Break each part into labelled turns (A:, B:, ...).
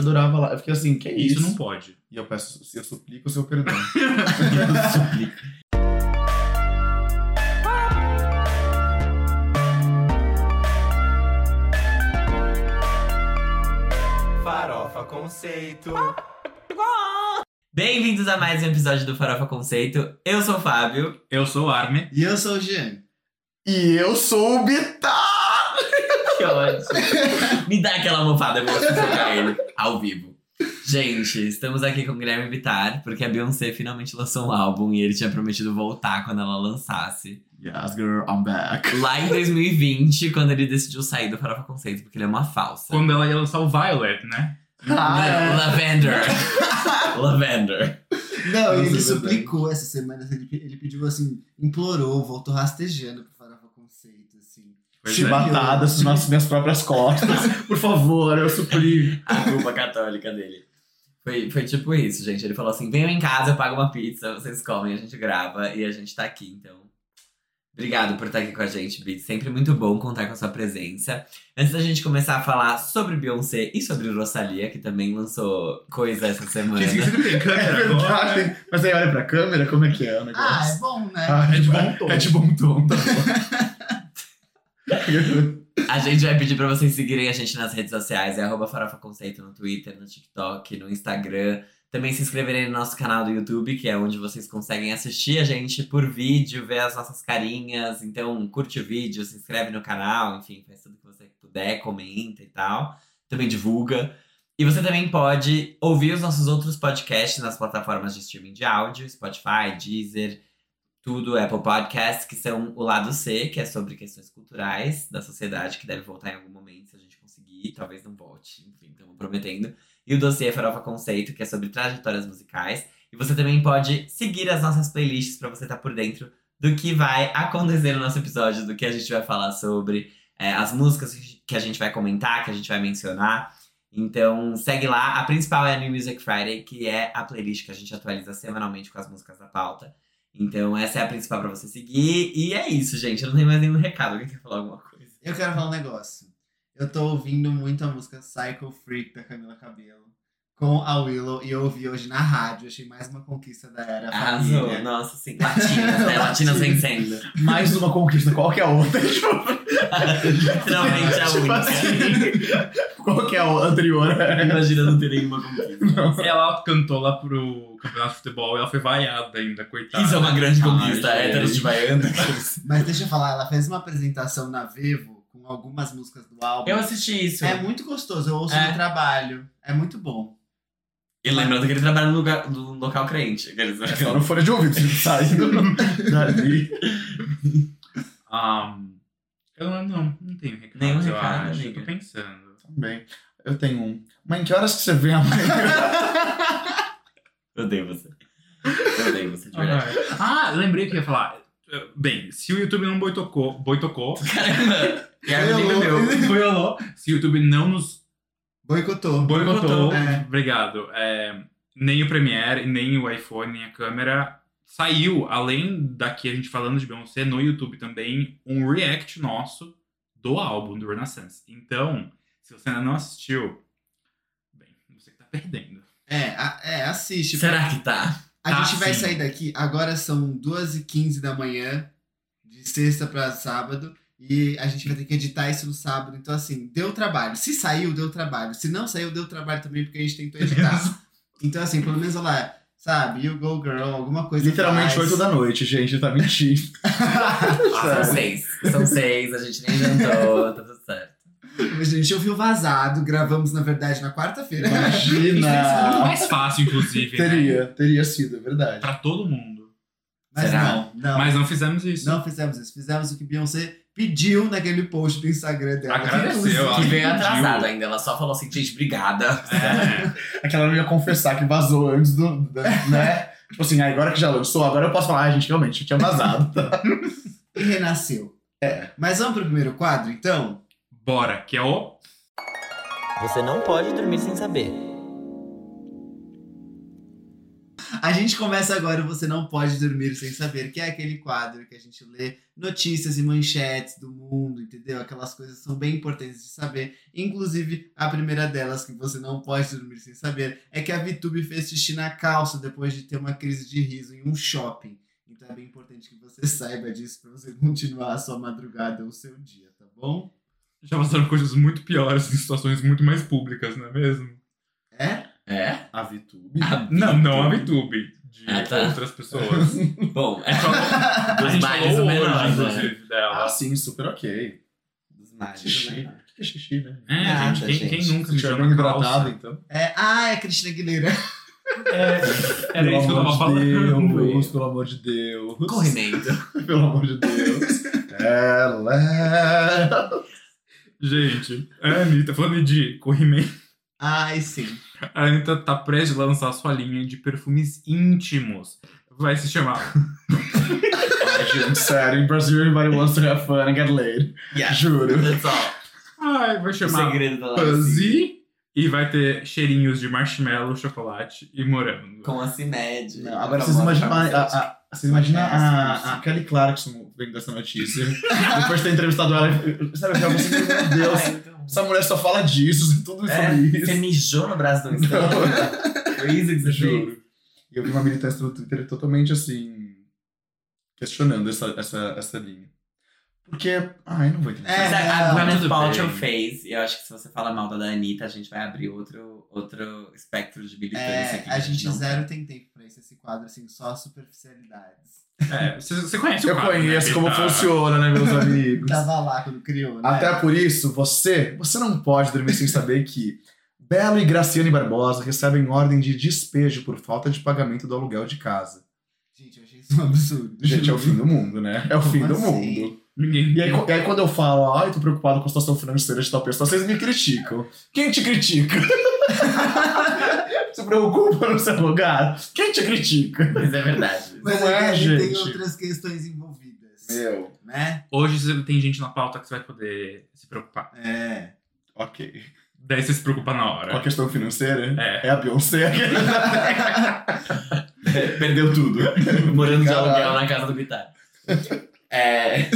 A: adorava lá. Eu fiquei assim, que isso?
B: Isso não pode.
A: E eu peço, eu suplico o seu perdão.
B: Suplica.
C: Farofa Conceito.
D: Bem-vindos a mais um episódio do Farofa Conceito. Eu sou o Fábio.
B: Eu sou o Armin.
E: E eu sou o Jean.
A: e eu sou o Bitar!
D: Que ótimo. Me dá aquela almofada pra você jogar ele ao vivo. Gente, estamos aqui com o Guilherme Bittar, porque a Beyoncé finalmente lançou um álbum e ele tinha prometido voltar quando ela lançasse.
A: Yes, girl, I'm back.
D: Lá em 2020, quando ele decidiu sair do Farofa Conceito, porque ele é uma falsa.
B: Quando ela ia lançar o Violet, né?
D: Não,
A: Ah,
D: Lavender. Lavender.
E: Não,
A: Nossa,
E: ele
A: é
E: suplicou essa semana, ele, pe- ele pediu assim, implorou, voltou rastejando pro Farofa Conceito, assim.
B: Pois é.
A: Chibatadas nas minhas próprias costas. Por favor, eu suplico.
D: A culpa católica dele. Foi, foi tipo isso, gente. Ele falou assim: venham em casa, eu pago uma pizza, vocês comem, a gente grava e a gente tá aqui, então. Obrigado por estar aqui com a gente, Bit. Sempre muito bom contar com a sua presença. Antes da gente começar a falar sobre Beyoncé e sobre Rosalia, que também lançou coisa essa semana.
B: Tinha esquecido que tem
A: É
B: câmera agora.
A: verdade. Mas aí olha pra câmera, como é que é o
E: Ah, é
A: negócio?
E: bom, né?
A: Ah,
B: É de bom tom.
A: É de bom tom, tá bom.
D: A gente vai pedir pra vocês seguirem a gente nas redes sociais, é arroba Farofa Conceito no Twitter, no TikTok, no Instagram. Também se inscreverem no nosso canal do YouTube, que é onde vocês conseguem assistir a gente por vídeo, ver as nossas carinhas. Então, curte o vídeo, se inscreve no canal, enfim, faz tudo que você puder, comenta e tal. Também divulga. E você também pode ouvir os nossos outros podcasts nas plataformas de streaming de áudio, Spotify, Deezer, tudo Apple Podcasts, que são o lado C, que é sobre questões culturais da sociedade, que deve voltar em algum momento, se a gente conseguir, talvez não volte, enfim, estamos prometendo. E o dossiê Farofa Conceito, que é sobre trajetórias musicais. E você também pode seguir as nossas playlists para você estar por dentro do que vai acontecer no nosso episódio, do que a gente vai falar sobre, é, as músicas que a gente vai comentar, que a gente vai mencionar. Então, segue lá. A principal é a New Music Friday, que é a playlist que a gente atualiza semanalmente com as músicas da pauta. Então, essa é a principal pra você seguir. E é isso, gente. Eu não tenho mais nenhum recado. Alguém quer falar alguma coisa?
E: Eu quero falar um negócio. Eu tô ouvindo muito a música Psycho Freak da Camila Cabello com a Willow e eu ouvi hoje na rádio. Achei mais uma conquista da era
D: Arrasou. né?
E: família.
D: Nossa, sim. Latinas, né? Latinas vencendo.
A: Mais uma conquista, qual que é a outra?
D: Finalmente
E: é
D: a
A: Tipo
D: única.
A: assim, qual que é a anterior?
D: Imagina não ter nenhuma conquista.
B: Ela cantou lá pro campeonato de futebol e ela foi vaiada ainda, coitada.
D: Isso é uma grande
B: Ai,
D: conquista.
B: gente.
D: Héteros de baiano.
E: Mas deixa eu falar, ela fez uma apresentação na Vevo com algumas músicas do álbum.
D: Eu assisti isso.
E: É muito gostoso, eu ouço
D: É.
E: no trabalho. É muito bom.
D: E lembrando que ele trabalha num, lugar, num local crente. Aqueles-
A: É só não fora de ouvido, saindo dali.
B: Ah, eu não, não, não tenho recado,
D: Nenhum
B: eu
D: recado,
B: acho.
D: amiga.
B: Tô pensando.
A: Bem, eu tenho um. Mãe, que horas que você vem amanhã?
D: Eu odeio você. Eu odeio você, de verdade.
B: Ah, lembrei o que eu ia falar. Bem, se o YouTube não boitocou, boitocou
D: Caramba. E aí,
E: Foi
D: amigo
E: louco.
D: meu.
B: boiolou, se o YouTube não nos
E: Boicotou.
B: boicotou,
E: É.
B: obrigado, é, nem o Premiere, nem o iPhone, nem a câmera, saiu, além daqui a gente falando de Beyoncé, no YouTube também, um react nosso do álbum do Renaissance. Então, se você ainda não assistiu, bem, você que tá perdendo.
E: É, a- é, assiste.
D: Será que tá?
E: A
B: Tá,
E: gente vai
B: sim.
E: sair daqui, agora são 2h15 da manhã, de sexta pra sábado, e a gente vai ter que editar isso no sábado. Então, assim, deu trabalho. Se saiu, deu trabalho. Se não saiu, deu trabalho também, porque a gente tentou editar. então, assim, pelo menos lá, sabe, you go girl, alguma coisa.
A: Literalmente
E: faz.
A: 8 da noite, gente, tá mentindo.
D: Ah, são
A: Sério.
D: seis. São seis, a gente nem jantou, tá tudo certo.
E: A gente ouviu vazado, gravamos, na verdade, na quarta-feira.
A: Imagina!
B: Mais fácil, inclusive, né?
A: teria, teria sido, é verdade.
B: Pra todo mundo.
E: Mas
D: Será?
E: não, não.
B: Mas não fizemos isso.
E: Não fizemos isso. Fizemos o que Beyoncé pediu naquele post do Instagram dela.
B: Agradeceu,
D: Que
B: Ela
D: veio
B: pediu.
D: atrasada ainda. Ela só falou assim, gente, obrigada.
B: É,
A: É que ela não ia confessar que vazou antes do. da- né? Tipo assim, ah, agora que já lançou, agora eu posso falar, ah, gente, realmente, eu tinha vazado. tá?
E: E renasceu. É. Mas vamos pro primeiro quadro, então?
B: Bora, que é o.
C: Você não pode dormir sem saber.
E: A gente começa agora o Você Não Pode Dormir Sem Saber, que é aquele quadro que a gente lê notícias e manchetes do mundo, entendeu? Aquelas coisas que são bem importantes de saber. Inclusive, a primeira delas que você não pode dormir sem saber é que a VTube fez xixi na calça depois de ter uma crise de riso em um shopping. Então é bem importante que você saiba disso pra você continuar a sua madrugada ou o seu dia, tá bom?
B: Já passaram coisas muito piores em situações muito mais públicas, não é mesmo?
E: É?
D: É?
A: A né? VTube.
B: Ah, Não, não a VTube. De
D: Ah, tá.
B: outras pessoas.
D: Bom, é.
B: a
D: Dos
B: gente
D: males
B: falou hoje,
D: menores, né?
B: inclusive, É, dela.
A: Ah, sim, super ok.
D: Dos males
A: Xixi.
D: menores.
A: O que Ah, é xixi, né?
B: É,
D: Nada,
B: gente, quem, quem
D: gente.
B: nunca
A: Se tiver
B: mijou
A: bem
B: na calça?
A: tá hidratado, então.
E: é? Ah, é a Cristina Aguilera.
B: É, era
A: pelo
B: isso que eu
A: amor
B: tava
A: de
B: falando.
A: Deus, pelo amor de Deus.
D: Corrimento.
A: Pelo amor de Deus. Ela.
B: Gente, a Anitta, falando de corrimento,
E: Ai, sim.
B: a Anitta tá prestes a lançar sua linha de perfumes íntimos. Vai se chamar.
A: Ai, é gente, sério. Em Brasil, everybody wants to have fun and get laid.
D: Yeah.
A: Juro.
D: That's all.
B: Ai, vai
D: O
B: chamar
D: segredo da Larissa.
B: Fuzzy. E vai ter cheirinhos de marshmallow, chocolate e morango.
D: Com a CIMED.
A: Não, agora vocês imaginam a, a- a- vocês imaginam a, a Kelly Clarkson vendo essa notícia. Depois de ter entrevistado ela, sabe aquela você, meu Deus, essa mulher só fala disso, e tudo
D: Ah, então. É,
A: sobre
D: você
A: isso.
D: mijou no braço do Instagram. Foi isso que você fez? assim.
A: Juro. E eu vi uma militância no Twitter totalmente assim. questionando essa, essa, essa linha. Porque. Ai, não vou entender.
E: É,
D: Mas a, a
E: não,
D: Gwyneth
B: tudo
D: Paltrow
B: bem.
D: fez, e eu acho que se você fala mal da da Anitta, a gente vai abrir outro, outro espectro de militância
E: É,
D: aqui. né?
E: a gente
D: não-
E: zero tem tempo pra isso, esse quadro, assim, só superficialidades.
B: É, você, você conhece o
A: Eu
B: quadro, né,
A: conheço
B: que
A: como
B: tá-
A: funciona, né, meus amigos?
E: Tava lá quando criou, né?
A: Até por isso, você, você não pode dormir sem saber que Belo e Graciane Barbosa recebem ordem de despejo por falta de pagamento do aluguel de casa.
E: Gente, eu achei isso um absurdo.
A: Gente, é o fim do mundo, né? É o fim
E: Como
A: do
E: assim?
A: mundo.
B: Ninguém.
A: E aí, co- e aí quando eu falo, ai, tô preocupado com a situação financeira de tal pessoa, vocês me criticam. Quem te critica? Se preocupa no seu lugar? Quem te critica?
D: Mas é É. verdade.
E: Mas
A: Não é,
E: é, que tem
A: gente.
E: outras questões envolvidas,
A: Meu,
E: né?
B: Hoje você- tem gente na pauta que você vai poder se preocupar.
E: É.
A: ok.
B: Daí você se preocupa na
A: Com a
B: hora.
A: questão financeira,
B: É.
A: é a Beyoncé.
D: Perdeu tudo. Morando de
A: Caralho.
D: aluguel na casa do Bitar. É.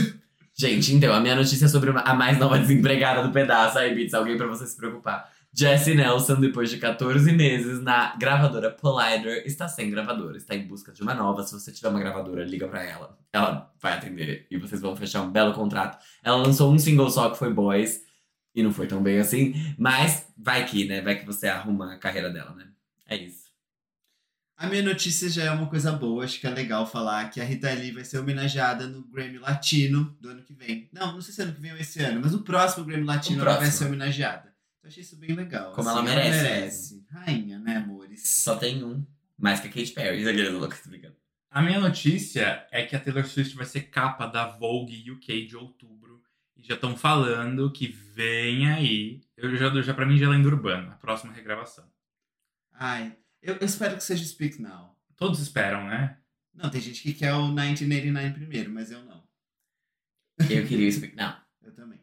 D: Gente, então, a minha notícia é sobre uma- a mais nova desempregada do pedaço. Aí, Bits, alguém pra você se preocupar. Jessie Nelson, depois de 14 meses na gravadora Collider, está sem gravadora, está em busca de uma nova. Se você tiver uma gravadora, liga pra ela. Ela vai atender e vocês vão fechar um belo contrato. Ela lançou um single só que foi Boys e não foi tão bem assim, mas vai que, né? Vai que você arruma a carreira dela, né? É isso.
E: A minha notícia já é uma coisa boa, acho que é legal falar que a Rita Lee vai ser homenageada no Grammy Latino do ano que vem. Não, não sei se é ano que vem ou esse ano, mas no próximo Grammy Latino
D: O
E: ela vai
D: próximo.
E: ser homenageada. Eu achei isso bem legal. assim,
D: Como ela merece, né?
E: merece. Rainha, né, amores?
D: Só tem um. Mais que a Katy Perry, aquele é louco, tô brincando.
B: A minha notícia é que a Taylor Swift vai ser capa da Vogue UK de outubro. E já estão falando que vem aí. Eu já, já pra mim já é lenda urbana, a próxima regravação.
E: Ai, eu, eu espero que seja Speak Now.
B: Todos esperam, né?
E: Não, tem gente que quer o 1989 primeiro, mas eu não.
D: Eu queria isso. Não.
E: Eu também.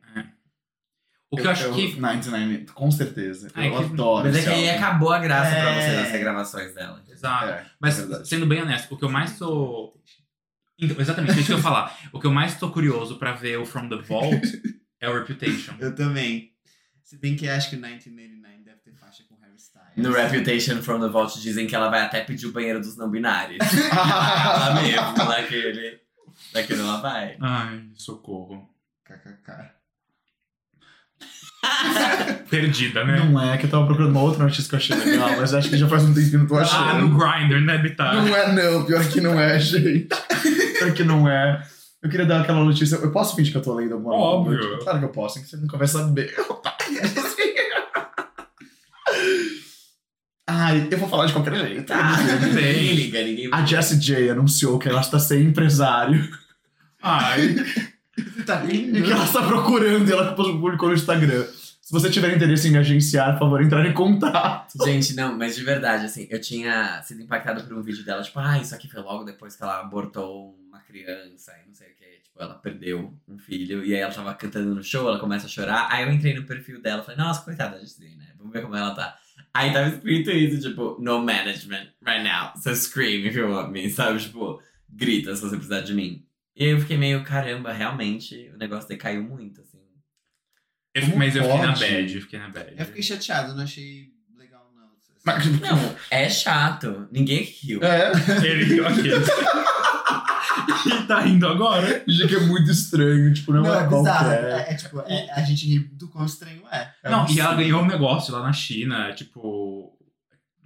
B: O que eu, acho que.
A: 99, com certeza.
B: Ai,
A: eu
B: que-
A: adoro
D: Mas é
A: esse
D: que aí
A: álbum.
D: acabou a graça pra
E: É.
D: você das regravações dela.
B: Exato.
A: É,
B: Mas,
A: verdade.
B: sendo bem honesto, o que eu mais sou. Então, exatamente, isso que eu ia falar. O que eu mais tô curioso pra ver o From the Vault é o Reputation.
E: Eu também. Se bem que acho que o 1989 deve ter faixa com Harry Styles.
D: No
A: é.
D: Reputation from the Vault dizem que ela vai até pedir o banheiro dos não binários. ela mesmo, naquele. Naquele ela vai.
B: Ai, socorro.
E: KKK.
B: Perdida, né?
A: Não é, que eu tava procurando uma outra notícia que eu achei legal, mas acho que já faz um tempinho que eu não tô achando.
B: Ah, no Grindr, né, Bitar?
A: Não é, não. Pior que não é, gente. Pior que não é. Eu queria dar aquela notícia. Eu posso fingir que eu tô lendo alguma
B: Óbvio.
A: coisa? Claro que eu posso, é que você nunca vai saber. Ai, eu vou falar de qualquer jeito.
B: Tá.
D: ninguém liga, ninguém
A: A Jessie J anunciou que ela está sem empresário
B: Ai,
E: Tá
A: e
E: lindo.
A: que ela está procurando e ela publicou no Instagram. Se você tiver interesse em me agenciar, por favor, entrar em contato.
D: Gente, não, mas de verdade, assim, eu tinha sido impactado por um vídeo dela, tipo, ah, isso aqui foi logo depois que ela abortou uma criança e não sei o que. Tipo, ela perdeu um filho e aí ela tava cantando no show, ela começa a chorar. Aí eu entrei no perfil dela, falei, nossa, coitada da Disney, né? Vamos ver como ela tá. Aí tava escrito isso, tipo, no management right now. So scream if you want me, sabe? Tipo, grita se você precisar de mim. E aí eu fiquei meio, caramba, realmente o negócio decaiu muito, assim.
B: Eu-
A: Como
B: mas eu fiquei na
A: pode? É
B: bad, eu fiquei na bad.
E: Eu fiquei chateado, não achei legal, não. Tipo,
A: Mas-
D: Não, é chato. Ninguém riu.
A: É,
B: Ele riu aqui. Ele tá rindo agora.
A: já que é muito estranho, tipo, não,
E: Não,
A: é
E: é bizarro.
A: qualquer.
E: É, é tipo, é- a gente ri do quão estranho é.
A: É
B: não, e ela
A: absurdo.
B: ganhou um negócio lá na China, tipo.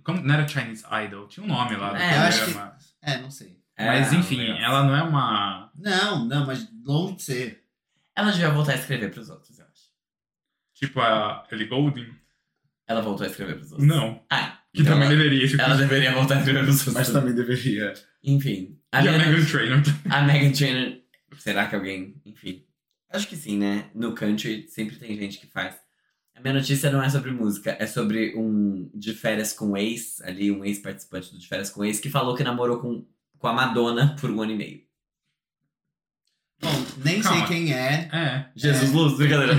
B: como- não era Chinese Idol, tinha um nome lá do
D: É, eu
E: acho
B: programa.
E: É, não sei.
D: É,
B: Mas enfim,
D: legal.
B: ela não é uma.
E: Não, não, mas longe de ser.
D: Ela devia voltar a escrever pros outros, eu acho.
B: Tipo a Ellie Goulding?
D: Ela voltou a escrever pros outros.
B: Não.
D: Ah,
B: Que
D: então
B: também
D: ela,
B: deveria. Tipo,
D: ela deveria voltar a escrever pros outros.
A: Mas também deveria.
D: Enfim. A
B: e a
D: minha-
B: Megan Trainor.
D: A Megan Trainor. Será que alguém. Enfim. Acho que sim, né? No country sempre tem gente que faz. A minha notícia não é sobre música, é sobre um de férias com ex, ali, um ex-participante do de férias com ex, que falou que namorou com, com a Madonna por um ano e meio.
E: Bom, nem
B: Calma.
E: sei quem é.
B: É.
D: Jesus Luz, brincadeira.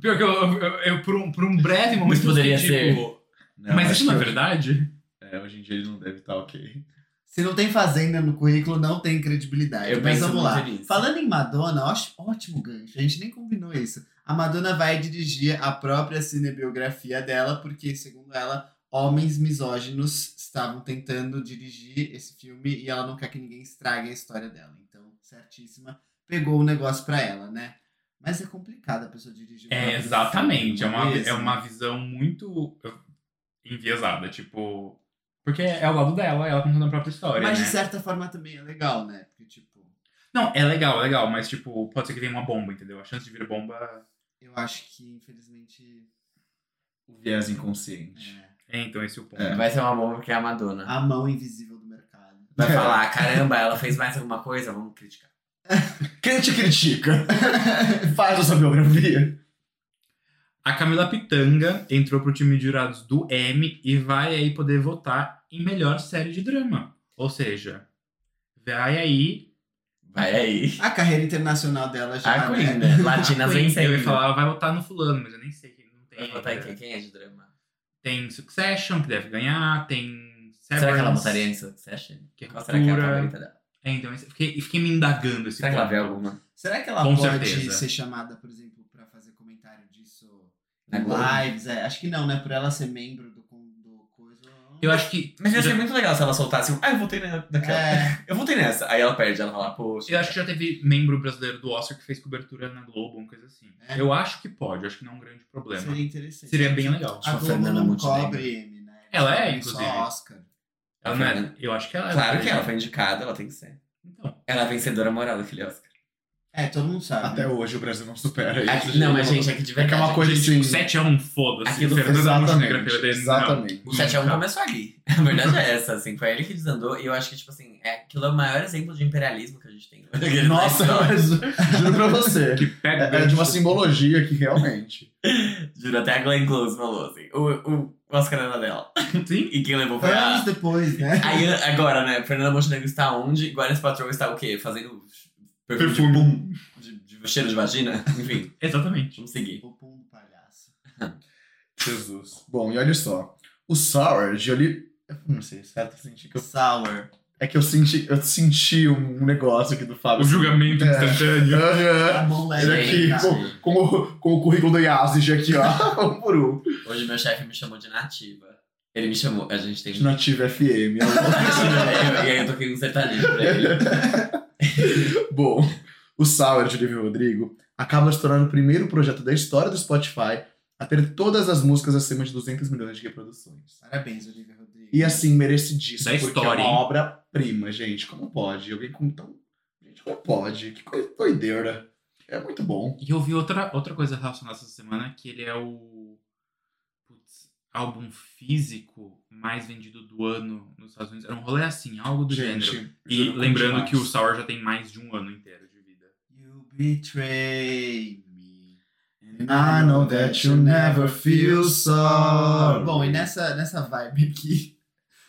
B: Pior que eu, eu, eu- por, um, por um breve momento.
D: Mas poderia
B: eu fiquei, tipo,
A: Não,
B: mas
A: acho
B: isso não é
A: que
B: verdade?
A: eu- é, hoje em dia ele não deve estar ok.
E: Se não tem fazenda no currículo, não tem credibilidade.
D: Eu
E: Mas
D: penso
E: vamos
D: muito
E: lá.
D: nisso.
E: Falando em Madonna, ó- ótimo gancho. A gente nem combinou isso. A Madonna vai dirigir a própria cinebiografia dela, porque, segundo ela, homens misóginos estavam tentando dirigir esse filme e ela não quer que ninguém estrague a história dela. Então, certíssima, pegou o negócio pra ela, né? Mas é complicado a pessoa dirigir. um
B: É,
E: próprio
B: exatamente. É
E: filme,
B: uma, é
E: mesmo.
B: uma visão muito eh, enviesada, tipo. Porque é o lado dela, ela contando a própria história.
E: Mas,
B: né?
E: de certa forma, também é legal, né? Porque, tipo,
B: Não, é legal, é legal, mas tipo, pode ser que tenha uma bomba, entendeu? A chance de vir bomba.
E: eu acho que, infelizmente...
A: O viés inconsciente.
E: é,
B: É, então esse é o ponto.
A: É.
D: Vai ser uma boa porque é a Madonna.
E: a mão invisível do mercado.
A: É.
D: Vai falar, caramba, ela fez mais alguma coisa, vamos criticar.
A: Quem te critica? Faz a sua biografia.
B: A Camila Pitanga entrou pro time de jurados do M e vai aí poder votar em melhor série de drama. Ou seja, vai aí.
D: Vai aí.
E: A carreira internacional dela
B: Ah,
E: já
A: Ah,
D: A
E: tá
A: é.
D: Queen,
E: merda.
D: né? Latinas
B: Queen,
D: vencendo.
B: Eu ia falar, vai votar no fulano, mas eu nem sei quem não tem.
D: Vai votar em
B: ainda.
D: quem? Quem é de drama?
B: Tem Succession, que deve ganhar, tem Severance.
D: Será que ela votaria em Succession?
B: Que é
D: Qual será que é a
B: cultura.
D: favorita dela?
B: É, então, eu fiquei, eu fiquei me indagando esse
D: Será que ela
B: ponto.
D: vê alguma?
E: Será que ela
B: Com
E: pode
B: certeza.
E: ser chamada, por exemplo, pra fazer comentário disso
D: Na
E: em
D: Globo?
E: lives? É, acho que não, né? Por ela ser membro do, con- do coisa.
B: Eu acho que.
D: Mas ia
B: já-
D: ser muito legal se ela soltasse um. Ah, eu votei na- naquela.
E: É,
D: Eu votei nessa. Aí ela perde, ela fala, poxa.
B: Eu acho que já teve membro brasileiro do Oscar que fez cobertura na Globo, uma coisa assim.
E: É.
B: Eu acho que pode, eu acho que não é um grande problema.
E: seria interessante.
B: Seria bem legal.
E: A
D: Tipo, a
E: Globo
D: Fernanda
E: não
D: Montenegro.
E: cobre M, né?
B: Ela é,
E: Cobre
B: inclusive.
E: Só Oscar.
B: Ela não é, eu acho que ela é.
D: Claro que ela foi indicada, ela tem que ser.
B: Então,
D: Ela é a vencedora moral daquele Oscar.
E: É, todo mundo sabe.
A: Até hoje o Brasil É, não supera isso.
D: Aqui- não, mas gente, aqui de
A: É que é
D: verdade.
A: uma coisa assim.
B: tipo, 7 a 1, foda-se.
D: Aquilo-
B: Fernanda Montenegro
A: Exatamente.
B: perdendo.
A: Exatamente.
D: O 7 a 1
B: Nunca.
D: começou ali. A verdade é essa, assim. Foi ele que desandou. E eu acho que, tipo assim, é, aquilo é o maior exemplo de imperialismo que a gente tem. Então, Aquele
A: Nossa,
D: mais-
A: mas juro pra você.
B: Que pega.
A: É é de uma simbologia que realmente.
D: Juro, até a Glenn Close falou assim. O, o Oscar era dela.
B: Sim.
D: E quem levou foi a,
E: Anos depois, né?
D: Aí agora, né? Fernanda Montenegro está onde? Guarani Patrol está o quê? Fazendo perfume, de-
B: Perfume.
D: De, de cheiro de vagina? Enfim,
B: Exatamente.
D: vamos seguir.
E: O pum do palhaço.
A: Jesus. Bom, e olha só. O Sour de Oli... Eu não sei, certo? Eu senti que eu...
E: Sour.
A: É que eu senti, eu senti um negócio aqui do Fábio.
B: O julgamento
A: É.
B: instantâneo.
E: A
A: Aham.
E: mão leve.
A: Ele é aqui,
E: né?
A: com, com, o, com o currículo do Yazid aqui, ó. Um por um.
D: Hoje meu chefe me chamou de nativa. Ele me chamou, a gente tem. um
A: De Nativa FM. alguma coisa.
D: e aí eu toquei um sertanejo pra ele.
A: Bom, o Sour de Olivia Rodrigo acaba se tornando o primeiro projeto da história do Spotify a ter todas as músicas acima de 200 milhões de reproduções.
E: Parabéns, Olivia Rodrigues.
A: E assim, merecidíssimo,
B: Da
A: porque
B: história,
A: é
B: hein?
A: uma obra-prima, gente. Como pode? Alguém com tão... Gente, como pode? Que coisa doideira. É muito bom.
B: E eu vi outra, outra coisa relacionada essa semana, que ele é o putz, álbum físico mais vendido do ano nos Estados Unidos. Era um rolê assim, algo do gênero.
A: Gente,
B: E
A: juro que é
B: lembrando
A: demais.
B: que o Sour já tem mais de um ano inteiro de vida.
E: You betray me. And
A: I know that you never feel sorry.
E: Bom, e nessa, nessa vibe aqui,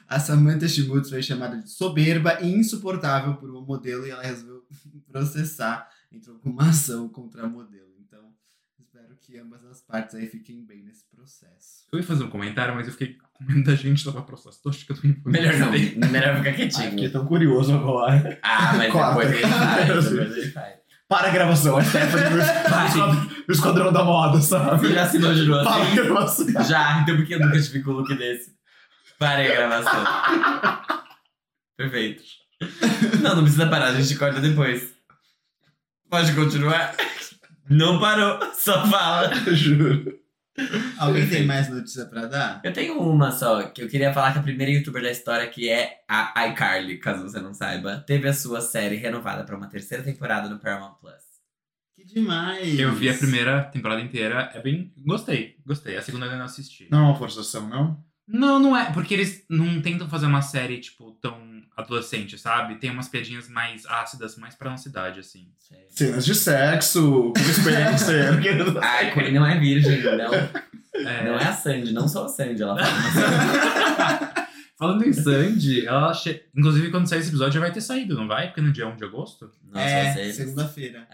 E: a Samantha Schmutz foi chamada de soberba e insuportável por uma modelo e ela resolveu processar. Entrou com uma ação contra a modelo. Então, espero que ambas as partes aí fiquem bem nesse processo.
B: Eu ia fazer um comentário, mas eu fiquei com medo da gente levar processo. Tô achando que eu tô
D: Melhor não, melhor ficar
A: Ai,
D: quietinho.
A: fiquei tão curioso agora.
D: Ah, mas
A: Corta.
D: depois ele faz, depois ele faz.
A: Para a gravação, a Stephanie do esquadrão, do esquadrão da moda,
D: Você
A: sabe?
D: já assinou de novo
A: Para a
D: assim?
A: gravação.
D: Já, então por que eu nunca tive com um look desse? Parei a gravação. Perfeito. Não, não precisa parar, a gente corta depois. Pode continuar? Não parou, só fala.
A: Juro.
E: Alguém tem
D: Perfeito.
E: mais notícia pra dar?
D: Eu tenho uma só, que eu queria falar que a primeira youtuber da história, que é a iCarly, caso você não saiba, teve a sua série renovada pra uma terceira temporada no Paramount Plus.
E: Que demais!
B: Eu vi a primeira temporada inteira, é bem. Gostei, gostei. A segunda eu ainda não assisti.
A: Não é uma forçação, não?
B: Não, não é, porque eles não tentam fazer uma série, tipo, tão adolescente, sabe? Tem umas piadinhas mais ácidas, mais pra nossa idade, assim.
A: Cenas de sexo, com experiência.
D: A Queen não é virgem, não.
B: É,
D: Não é a Sandy, não só a Sandy, ela fala. uma série.
B: Falando em Sandy, ela che... inclusive quando sair esse episódio já vai ter saído, não vai? Porque no dia 1 de agosto.
D: Nossa, a
E: é,
D: Sandy.
E: segunda-feira.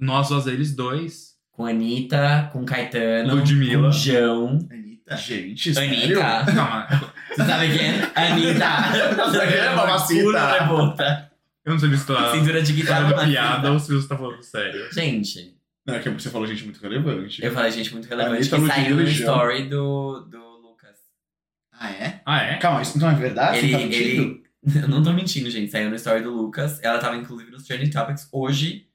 B: Nós, nós, eles dois.
D: Com Anitta, com Caetano,
B: Ludmilla.
D: com João.
E: Anitta.
A: Gente, sério?
D: Anitta.
B: Ah, Calma,
D: Você sabe quem é? Anitta.
A: Sabe quem é, mamacita?
D: Pura revolta.
B: eu não sei se tu tá
D: Cintura de guitarra.
B: falando piada ou se você tá falando sério.
D: Gente,
A: Não, é que você falou gente muito relevante.
D: eu falei gente muito relevante
A: Anitta,
D: que
A: Ludmilla
D: saiu no
A: e João.
D: story do, do Lucas.
E: Ah, é?
B: Ah, é?
A: Calma, isso não é verdade?
D: Ele-
A: Você tá mentindo?
D: ele- Eu não tô mentindo, gente. Saiu no story do Lucas. Ela tava, inclusive, nos Trending Topics hoje.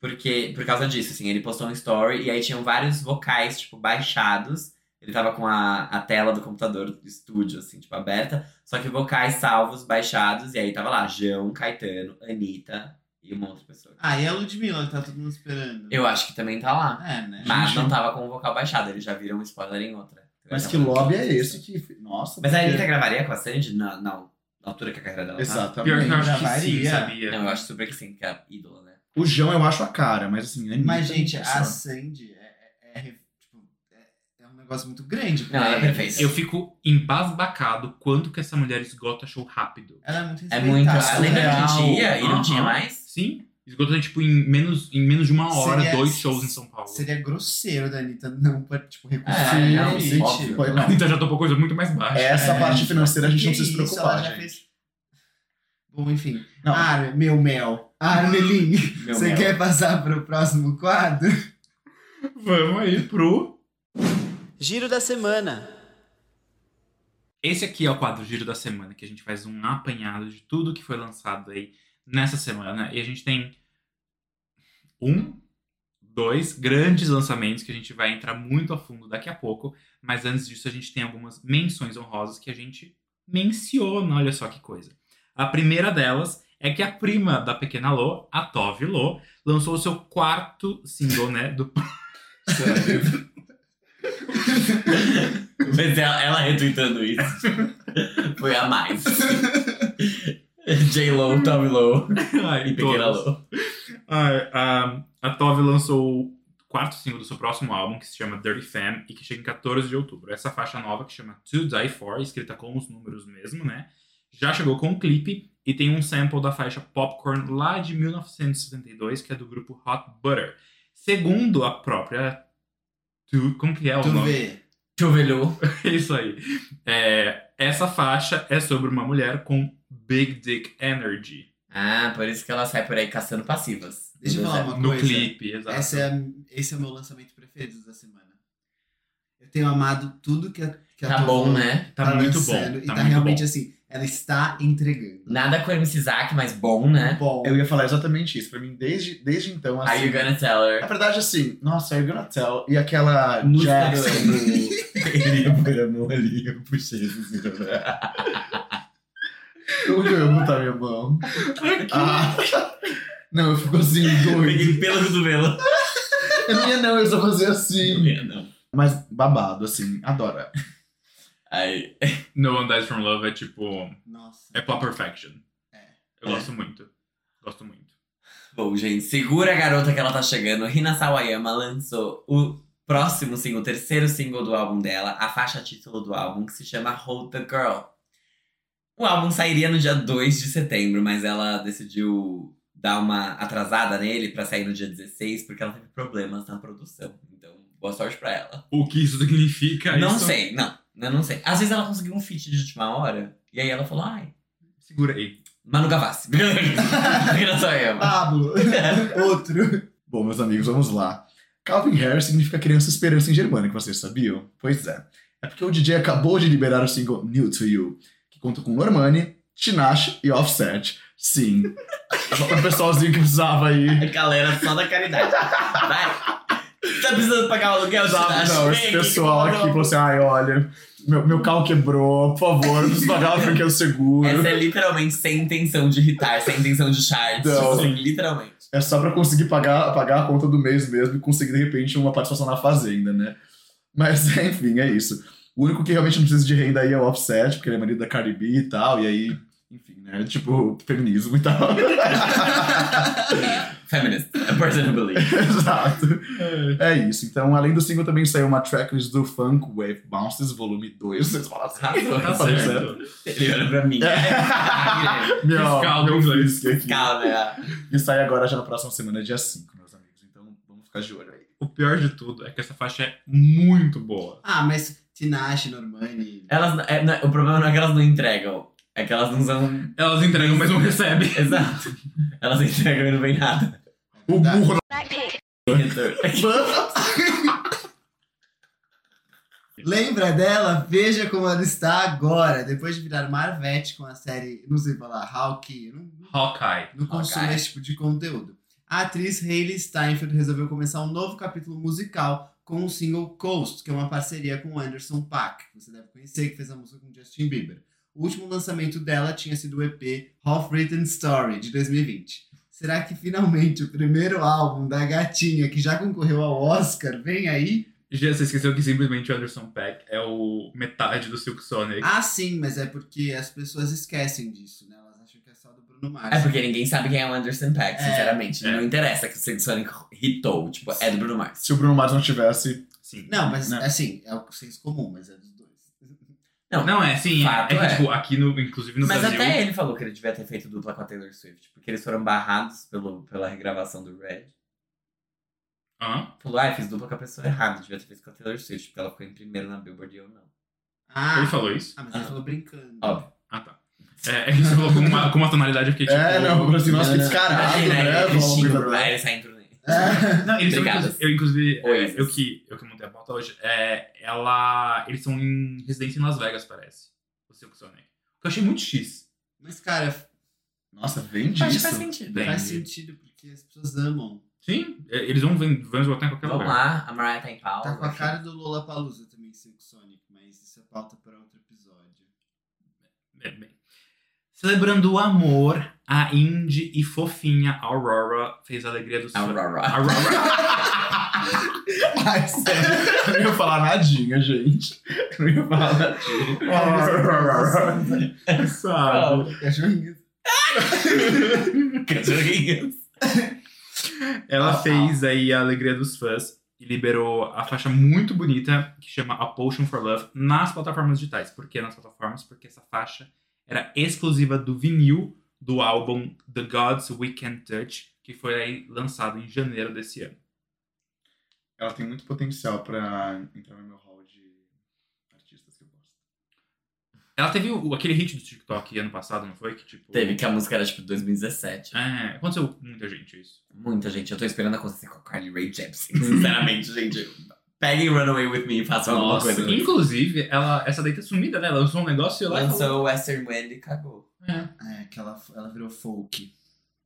D: Porque, por causa disso, assim, ele postou um story e aí tinham vários vocais, tipo, baixados. Ele tava com a, a tela do computador do estúdio, assim, tipo, aberta. Só que vocais salvos, baixados. E aí tava lá, João, Caetano, Anitta e uma outra pessoa.
E: Ah, e a Ludmilla, que tá todo mundo esperando.
D: Eu acho que também tá lá.
E: É, né?
D: Mas
A: Gente.
D: não tava com o vocal baixado, eles já viram um spoiler em outra.
A: Mas que lobby é esse É. que. Nossa.
D: Mas a
A: porque-
D: Anitta gravaria com a Sandy? Não, não. Na altura que a carreira dela tá.
B: Pior que eu
A: Exatamente.
B: acho que sim,
E: Gravaria.
B: sabia?
D: Não, eu acho super que sim, que é a ídola, né?
A: O João eu acho a cara, mas assim, Anitta.
E: Mas, gente, a
A: nossa.
E: Sandy é, é, é, tipo, é- é um negócio muito grande.
D: Não, ela é perfeita.
B: Eu fico embasbacado quanto que essa mulher esgota show rápido.
E: Ela é muito é
D: É
E: respeitada.
D: muito.
A: Respeitar,
D: Lembra que
A: surreal.
D: tinha e não
B: Aham.
D: tinha mais?
B: Sim, esgotou tipo em menos, em menos de uma hora,
E: Seria-
B: dois shows em São Paulo.
E: Seria grosseiro da Anitta não, pra, tipo, recusar.
D: É,
A: Sim,
D: não,
A: gente,
D: óbvio.
A: pode-
B: Não, então já topou coisa muito mais baixa.
A: Essa
E: É,
A: parte financeira a gente não
E: Que
A: precisa se
E: isso, ela
A: preocupar, gente.
E: já fez- Bom, enfim.
A: Não.
E: Ar, meu mel. Armelin,
D: Ah, Meu
E: você
D: mel.
E: quer passar pro próximo quadro?
B: É. Vamos aí pro.
E: Giro da semana.
B: Esse aqui é o quadro Giro da Semana, que a gente faz um apanhado de tudo que foi lançado aí nessa semana. E a gente tem um, dois grandes lançamentos que a gente vai entrar muito a fundo daqui a pouco. Mas antes disso, a gente tem algumas menções honrosas que a gente menciona. Olha só que coisa. A primeira delas é que a prima da pequena Lô, a Tove Lô, lançou o seu quarto single, né? Do
D: Mas ela, ela retweetando isso foi a mais. J-Lo, Tommy Lo
B: Ai,
D: e Pequena
B: todas.
D: Lo.
B: A, Ah, a, a Tove lançou o quarto single do seu próximo álbum, que se chama Dirty Fam, e que chega em 14 de outubro. Essa faixa nova, que chama To Die For, escrita com os números mesmo, né? Já chegou com um clipe e tem um sample da faixa Popcorn lá de 1972, que é do grupo Hot Butter. Segundo a própria. Tu, como que é o
E: Tu
B: nome?
E: vê.
D: Chuvelu.
B: É isso aí. É, essa faixa é sobre uma mulher com Big Dick Energy.
D: Ah, por isso que ela sai por aí caçando passivas.
E: Deixa eu falar uma
B: No
E: coisa.
B: clipe, exato.
E: Essa é, a- esse é o meu lançamento preferido da semana. Eu tenho amado tudo que a, que a
D: Tá
E: Tove
D: bom, né?
B: Tá muito bom.
E: lançando E tá,
B: muito
E: realmente
B: bom.
E: assim, ela está entregando.
D: Nada com o MC Zack, mas bom, né?
E: Bom,
A: Eu ia falar exatamente isso. Pra mim, desde, desde então, assim.
D: Are you gonna tell
A: Na
D: her?
A: verdade, assim, nossa, Are You Gonna Tell? E aquela
D: No
A: Jackson
D: Instagram.
A: do. Ele a mão ali, eu puxei esse Onde eu ia botar minha mão? tá Ah. Não, eu fico assim, doido.
D: Peguei pelo cotovelo.
A: Eu não ia não, eu só fazia assim.
D: Não.
A: Mas babado, assim, adora.
D: Ai,
B: No One Dies From Love é tipo...
E: nossa.
B: É pop perfection.
E: É.
B: Eu gosto muito. Gosto muito.
D: Bom, gente, segura a garota que ela tá chegando. Rina Sawayama lançou o próximo single, o terceiro single do álbum dela, a faixa título do álbum, que se chama Hold the Girl. O álbum sairia no dia 2 de setembro, mas ela decidiu dar uma atrasada nele pra sair no dia 16, porque ela teve problemas na produção. Então, Boa sorte pra ela.
B: O que isso significa?
D: não
B: É isso...
D: sei, não. Eu não sei. Às vezes ela conseguiu um feat de última hora, e aí ela falou, ai,
B: Segura aí.
D: Manu Gavassi. Porque não sou eu.
E: Pablo. Outro.
A: Bom, meus amigos, vamos lá. Calvin Harris significa criança esperança em germânico, vocês sabiam? Pois é. É porque o DJ acabou de liberar o single New to You, que conta com Normani, Tinashe e Offset. Sim. Só pra pessoalzinho que precisava aí.
D: Galera, só da caridade. Vai. Tá precisando pagar o aluguel? tá.
A: Precisava- Não, esse pessoal aqui falou assim: ai, olha, meu, meu carro quebrou, por favor, eu preciso pagar porque eu seguro.
D: Essa é literalmente sem intenção de irritar, sem intenção de charts.
A: Não.
D: Assim, literalmente.
A: É só pra conseguir pagar, pagar a conta do mês mesmo e conseguir, de repente, uma participação na fazenda, né? Mas, enfim, é isso. O único que realmente não precisa de renda aí é o Offset, porque ele é marido da Cardi B e tal, e aí, enfim, né? Tipo, feminismo e tal.
D: Feminist. A person who believes.
A: Exato. É isso. Então, além do single, também saiu uma tracklist do Funk Wave Bounces, volume 2. Vocês falam assim.
D: Arrasou.
A: Tá
B: Tá certo.
D: Ele olha pra mim.
A: É. Meu,
B: Fiscal do
A: meu
B: inglês.
A: whisky aqui.
D: Calma, né?
A: E sai agora já na próxima semana, dia 5, meus amigos. Então, vamos ficar de olho aí.
B: O pior de tudo é que essa faixa é muito boa.
E: Ah, mas Tinashe, Normani.
D: Elas, é, não- o problema não é que elas não entregam. É que elas não são.
B: Elas entregam, mas não recebem.
D: Exato. Elas entregam e não vem nada.
A: O
B: Uhum.
E: Tá.
A: burro
D: Tem retorno.
E: Lembra dela? Veja como ela está agora. Depois de virar Marvete com a série, não sei falar, Hawkeye. eu Não,
B: é Hawkeye.
E: não consumo
D: Hawkeye.
E: esse tipo de conteúdo. A atriz Hailey Steinfeld resolveu começar um novo capítulo musical com o single Coast, que é uma parceria com Anderson Paak, que você deve conhecer, que fez a música com Justin Bieber. O último lançamento dela tinha sido o EP Half Written Story, de 2020. Será que finalmente o primeiro álbum da gatinha, que já concorreu ao Oscar, vem aí?
B: Já você esqueceu que simplesmente o Anderson Peck é o metade do Silk Sonic.
E: Ah, sim, mas é porque as pessoas esquecem disso, né? Elas acham que é só do Bruno Mars.
D: É porque ninguém sabe quem é o Anderson Paak,
E: É.
D: sinceramente.
B: É.
D: Não interessa que o Silk Sonic hitou. Tipo, é do Bruno Mars.
A: Se o Bruno Mars não tivesse.
B: Sim.
E: Não, mas
A: Não.
E: assim, é o senso comum, mas é dos dois.
B: Não, é sim.
D: Fato,
B: é, que,
D: é.
B: tipo, aqui no, inclusive no
D: Mas
B: Brasil.
D: até ele falou que ele devia ter feito dupla com a Taylor Swift, porque eles foram barrados pelo, pela regravação do Red.
B: Hã?
D: Falou, ah, eu fiz dupla com a pessoa errada, devia ter feito com a Taylor Swift, porque ela ficou em primeiro na Billboard e eu não.
E: Ah,
B: Ele falou isso?
E: ah mas ele
D: Ah.
E: falou brincando.
D: Óbvio.
B: Ah, tá. É, é que você falou com uma, com uma tonalidade, eu fiquei tipo.
A: É, não, o Brasil, nossa, que
E: não, não.
A: descarado,
D: Imagina,
A: né?
D: ele
A: Vamos,
D: Cristina,
A: Bruno.
D: aí ele sai em turnê.
E: É.
B: Não, eles são,
D: Obrigado.
B: inclusive- eu, inclusive, é,
D: Oasis.
B: eu que, eu que montei a pauta hoje, é, ela, eles são em residência em Las Vegas, parece, o Silk Sonic. O que eu achei muito X.
E: Mas, cara,
A: Nossa, vem
D: Acho que
A: disso.
D: faz sentido.
B: Bem.
E: faz
B: Entendi.
E: sentido, porque as pessoas amam.
B: Sim, é, eles vão, ven- vão esgotar em qualquer
D: Vamos
B: lugar.
D: lá, a Mariah tá em pausa.
B: Ah,
E: Tá com a cara do Lola Palusa também, Silk Sonic, mas isso é pauta para outro episódio.
B: É, bem. Celebrando o amor, a indie e fofinha Aurora fez a alegria do seu...
D: Aurora.
B: Aurora.
A: Ai, sério. Eu não ia falar nadinha, gente. Eu não ia falar nadinha.
B: Sabe?
E: Cachorrinho.
D: Cachorrinhos.
B: Ela
E: Ah,
D: tá.
B: fez aí a alegria dos fãs e liberou a faixa muito bonita que chama A Potion for Love nas plataformas digitais. Por que nas plataformas? Porque essa faixa era exclusiva do vinil do álbum The Gods We Can Touch, que foi aí lançado em janeiro desse ano.
A: Ela tem muito potencial pra entrar no meu hall de artistas que eu gosto.
B: Ela teve o- aquele hit do TikTok ano passado, não foi? Que tipo.
D: Teve que a música era tipo 2017.
B: É, aconteceu com muita gente isso.
D: Muita gente, eu tô esperando acontecer com a Carly Rae Jepsen. Sinceramente, gente. Peguem Runaway With Me e façam alguma
A: Nossa,
D: coisa. né?
B: Inclusive, ela, essa daí tá sumida, né? Ela lançou um negócio e lá. e falou-
D: Lançou o Western Wind e cagou.
E: É, que ela, ela virou folk.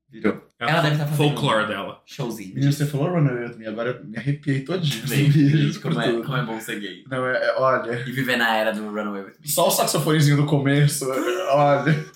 D: Virou. Ela deve tá fazendo-
B: folclore dela.
D: Showzinho.
A: Menino, você falou Runaway With Me, agora eu me arrepiei todinho.
D: Gente,
A: Beijo por
D: como, é,
A: tudo.
D: como é bom ser gay.
A: Não, é, é- olha...
D: E viver na era do Runaway With Me.
A: Só o saxofonezinho do começo, é, olha...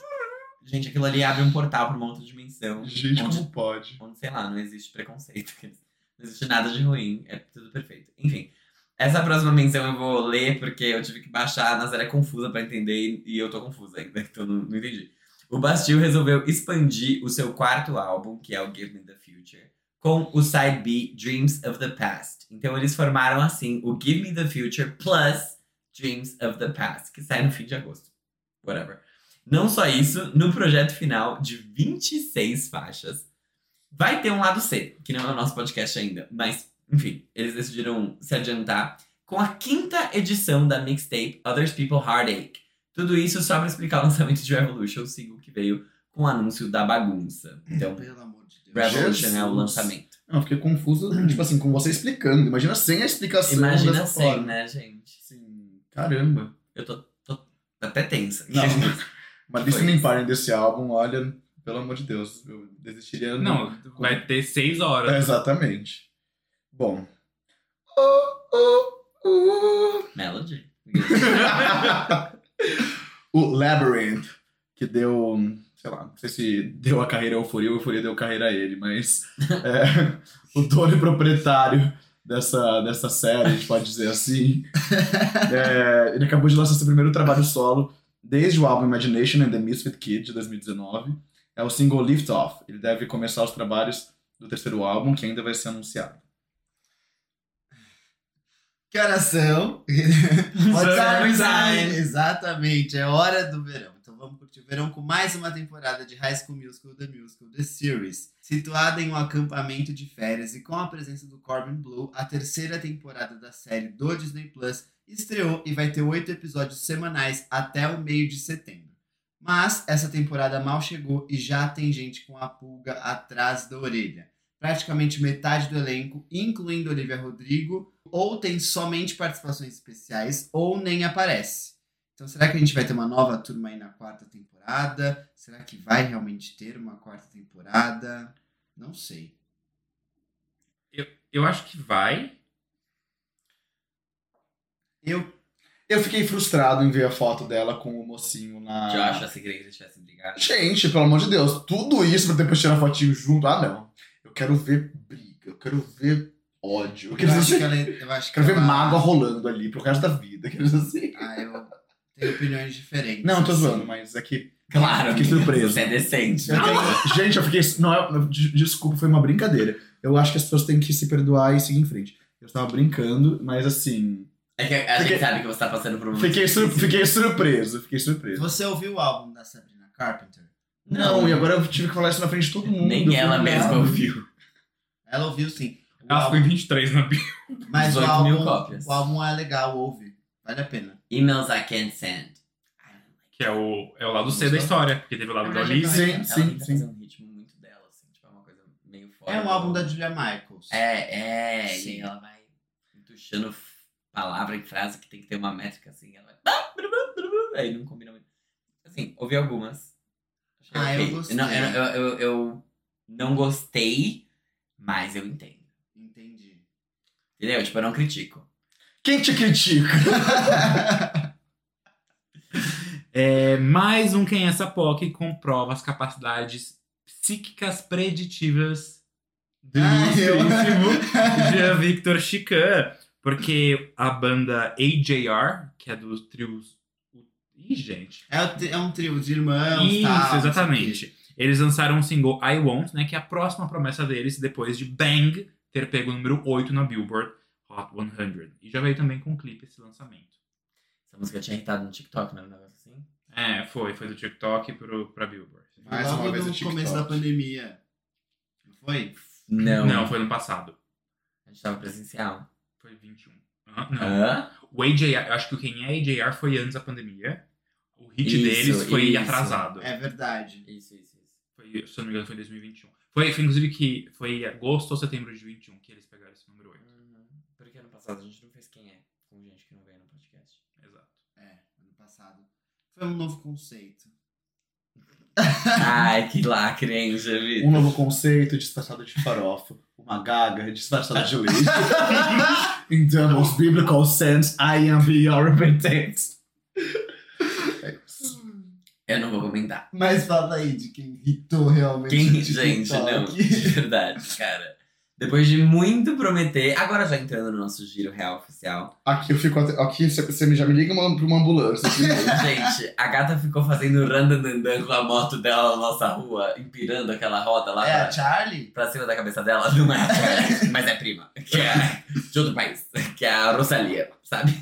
D: Gente, aquilo ali abre um portal pra uma outra dimensão.
A: Gente,
D: onde,
A: como pode?
D: onde, tipo, sei lá, não existe preconceito. Não existe nada de ruim. É tudo perfeito. Enfim. Essa próxima menção eu vou ler porque eu tive que baixar, a Nazaré é confusa pra entender e eu tô confusa ainda, então não, não entendi. O Bastille resolveu expandir o seu quarto álbum, que é o Give Me the Future, com o side B Dreams of the Past. Então eles formaram assim o Give Me the Future plus Dreams of the Past, que sai no fim de agosto. Whatever. Não só isso, no projeto final de 26 faixas, vai ter um lado C, que não é o nosso podcast ainda, mas Enfim, eles decidiram se adiantar com a quinta edição da mixtape Others People Heartache. Tudo isso só pra explicar o lançamento de Revolution, o single que veio com o anúncio da bagunça. Então,
E: Pelo amor de Deus.
D: Revolution é o
A: Jesus.
D: lançamento.
A: Não, eu fiquei confuso, tipo assim, com você explicando. Imagina sem a explicação
D: Imagina
A: dessa
D: sem,
A: forma.
D: né, gente?
A: Assim, caramba.
D: Eu tô, tô até tensa.
A: Não. Mas
D: Foi
A: listening
D: isso.
A: party desse álbum, olha, pelo amor de Deus, eu desistiria. no-
B: Não, vai ter seis horas.
A: É, exatamente. Bom. Oh, oh, oh.
D: Melody.
A: o Labyrinth, que deu, sei lá, não sei se deu a carreira ao Euforia ou Euforia deu carreira a ele, mas é, o dono e proprietário dessa, dessa série, a gente pode dizer assim, é, ele acabou de lançar seu primeiro trabalho solo desde o álbum Imagination and the Misfit Kid, de 2019. É o single Lift Off. Ele deve começar os trabalhos do terceiro álbum, que ainda vai ser anunciado.
E: Que horas são?
D: Summer
E: What's
D: time.
E: time? Exatamente, é hora do verão. Então vamos curtir o verão com mais uma temporada de High School Musical The Musical The Series. Situada em um acampamento de férias e com a presença do Corbin Blue, a terceira temporada da série do Disney Plus estreou e vai ter oito episódios semanais até o meio de setembro. Mas essa temporada mal chegou e já tem gente com a pulga atrás da orelha. Praticamente metade do elenco, incluindo Olivia Rodrigo, ou tem somente participações especiais ou nem aparece. Então, será que a gente vai ter uma nova turma aí na quarta temporada? Será que vai realmente ter uma quarta temporada? Não sei.
B: Eu acho que vai.
E: Eu,
A: Eu fiquei frustrado em ver a foto dela com o mocinho na.
D: Josh, eu queria que eles tivessem brigado.
A: Gente, pelo amor de Deus, tudo isso pra depois tirar fotinho junto. Ah, não. Eu quero ver briga, eu quero ver ódio. Eu quero,
E: eu acho que
A: assim,
E: ela. é- Eu acho
A: eu quero
E: que
A: ver
E: ela-
A: mágoa rolando ali pro resto da vida. eu Quero dizer assim.
E: Ah, eu tenho opiniões diferentes.
A: Não, eu tô
E: assim.
A: zoando, mas é que.
D: Claro,
A: fiquei
D: amiga,
A: surpreso.
D: Você é decente.
A: Eu tenho- Gente, eu fiquei. Não, é- não, de- desculpa, foi uma brincadeira. Eu acho que as pessoas têm que se perdoar e seguir em frente. Eu tava brincando, mas assim.
D: É que a, a
A: Fiquei-
D: gente sabe que você tá passando por um momento
A: Fiquei, sur-
D: difícil.
A: fiquei surpreso, fiquei surpreso.
E: assim. Você ouviu o álbum da Sabrina Carpenter?
A: Não, e agora eu tive que falar isso na frente de todo mundo.
D: Nem ela
A: Não.
D: mesma ouviu.
E: Ela ouviu sim. O
B: Ela ficou
E: álbum,
B: em 23 na Bíblia.
E: mas o
D: 18 mil
E: álbum,
D: cópias.
E: o álbum é legal, ouve. Vale a pena.
D: Emails I can't send.
B: Que é o, é o lado C da história, porque
E: Ah,
B: teve o lado da Liz.
E: né?
A: Sim,
D: ela
A: sim,
D: tenta
A: sim.
D: fazer um ritmo muito dela, assim, tipo, é uma coisa meio fora.
E: É um
D: do-
E: álbum da Julia Michaels.
D: É, é.
E: Sim.
D: E ela vai entuchando f- palavra e frase que tem que ter uma métrica, assim. Ela vai. Aí não combina muito. Assim, ouvi algumas. Achei
E: Ah, eu
D: ok.
E: gostei.
D: Não, eu, eu, eu- eu não gostei, mas eu entendo.
E: Entendi.
D: Entendeu? Tipo, eu não critico.
A: Quem te critica?
B: É mais um Quem é essa POC comprova as capacidades psíquicas preditivas do
E: Ah, eu-
B: ilustríssimo Jean Victor Chican. Porque a banda AJR, que é dos trios. Ih, gente.
E: É, o tri- é um trio de irmãos,
B: Isso,
E: tal, não sei o quê.
B: exatamente. Eles lançaram um single I Won't, né? Que é a próxima promessa deles, depois de Bang ter pego o número 8 na Billboard Hot 100. E já veio também com um clipe esse lançamento.
D: Essa música tinha irritado no TikTok, não era um negócio assim?
B: É, foi. Foi do TikTok pro, pra Billboard.
A: Mais
E: Logo
A: uma vez o
E: no
A: TikTok.
E: começo da pandemia. Não foi?
D: Não.
B: Não, foi no passado.
D: A gente tava presencial.
B: Foi 21. Aham, não.
D: Hã?
B: O AJR, eu acho que o quem é AJR foi antes da pandemia. O hit
D: Isso,
B: deles foi
D: isso.
B: atrasado.
E: É verdade.
D: Isso, isso, isso.
B: Foi, se eu não me engano, foi em 2021. Foi, foi, inclusive, que foi em agosto ou setembro de 21 que eles pegaram esse número 8.
D: Uhum. Porque ano passado a gente não fez quem é com gente que não veio no podcast.
B: Exato.
E: É, ano passado. Foi um novo conceito.
D: Ai, que lacre, hein, Javi?
A: Um novo conceito disfarçado de farofa. Uma gaga disfarçada de leite. In the most biblical sense, I am your repentance. É isso.
D: Eu não vou comentar.
E: Mas fala aí de quem irritou realmente.
D: Quem,
E: no
D: gente, não.
E: TikTok.
D: De verdade, cara. Depois de muito prometer, agora já entrando no nosso giro real oficial.
A: Aqui eu fico. até- Aqui você- você me- já me liga uma- pra uma ambulância. aqui mesmo.
D: Gente, a gata ficou fazendo randandandan com a moto dela na nossa rua, empirando aquela roda lá
E: É
D: pra-
E: a Charlie?
D: pra cima da cabeça dela. Não é a Charlie, mas é a prima. Que é de outro país. Que é a Rosalia, sabe?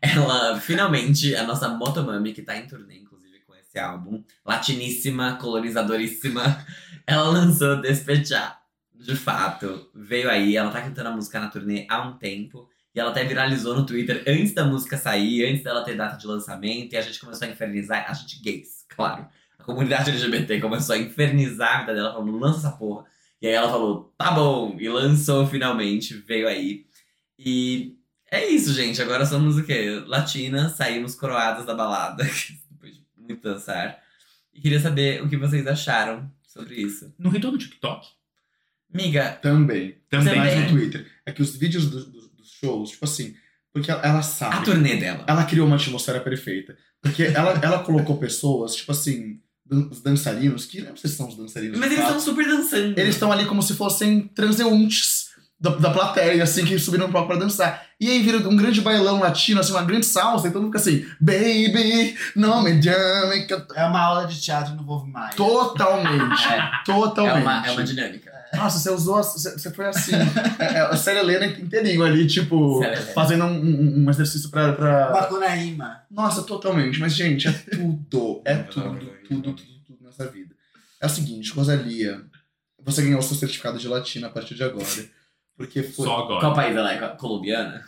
D: Ela, finalmente, a nossa Motomami, que tá em turnê, inclusive, com esse álbum. Latiníssima, colonizadoríssima. Ela lançou Despechar. de fato, veio aí, ela tá cantando a música na turnê há um tempo. E ela até viralizou no Twitter antes da música sair, antes dela ter data de lançamento. E a gente começou a infernizar, a gente gays, claro. A comunidade LGBT começou a infernizar a vida dela, falando, lança essa porra. E aí ela falou, tá bom, e lançou finalmente, veio aí. E é isso, gente. Agora somos o quê? Latinas, saímos coroadas da balada, depois de muito dançar. E queria saber o que vocês acharam sobre isso.
B: No retorno do TikTok.
D: Miga,
A: Também.
B: Também.
A: Mais
D: Também.
A: no Twitter. É que os vídeos do- do- dos shows, tipo assim, porque ela, ela sabe.
D: a turnê dela.
A: Ela criou uma atmosfera perfeita. Porque ela, ela colocou pessoas, tipo assim, dan- os dançarinos, que eu não sei se são os dançarinos.
D: Mas
A: de
D: eles
A: fato.
D: estão super dançando.
A: Eles estão ali como se fossem transeuntes da, da plateia, assim, que subiram no palco pra dançar. E aí vira um grande bailão latino, assim, uma grande salsa, e todo mundo fica assim, baby, não me chame. que eu-"
E: É uma aula de teatro no Wolf Maia.
A: Totalmente.
D: É, é
A: Totalmente.
D: uma, é uma dinâmica.
A: Nossa, você usou. a- Você você foi assim. é, é, a Célia Helena inteirinho ali, tipo,
D: Célia Helena.
A: fazendo um, um- um exercício pra. pra-
E: Macunaíma.
A: Nossa, totalmente. Mas, gente, é tudo. É
B: Não, não,
A: tudo,
B: não,
A: tudo,
B: não.
A: tudo, tudo, tudo nessa vida. É o seguinte, Rosalia, você ganhou o seu certificado de latina a partir de agora. Porque
D: Tipo,
A: foi.
B: Só agora.
D: Qual país ela é? Co- Colombiana?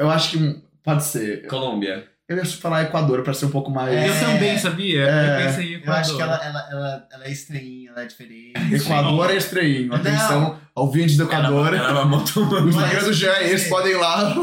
A: Eu acho que um- pode ser.
D: Colômbia.
A: Eu ia falar Equador pra ser um pouco mais.
E: É.
B: Eu também, sabia?
A: É.
B: Eu pensei em
E: Eu acho que
B: Equador.
E: ela, ela, ela, ela é estranhinha, ela é diferente.
A: Equador é estranho. Atenção, ouvintes do Equador.
D: Ela, ela montou
A: O
D: uma...
A: Instagram do Jean, eles podem ir lá.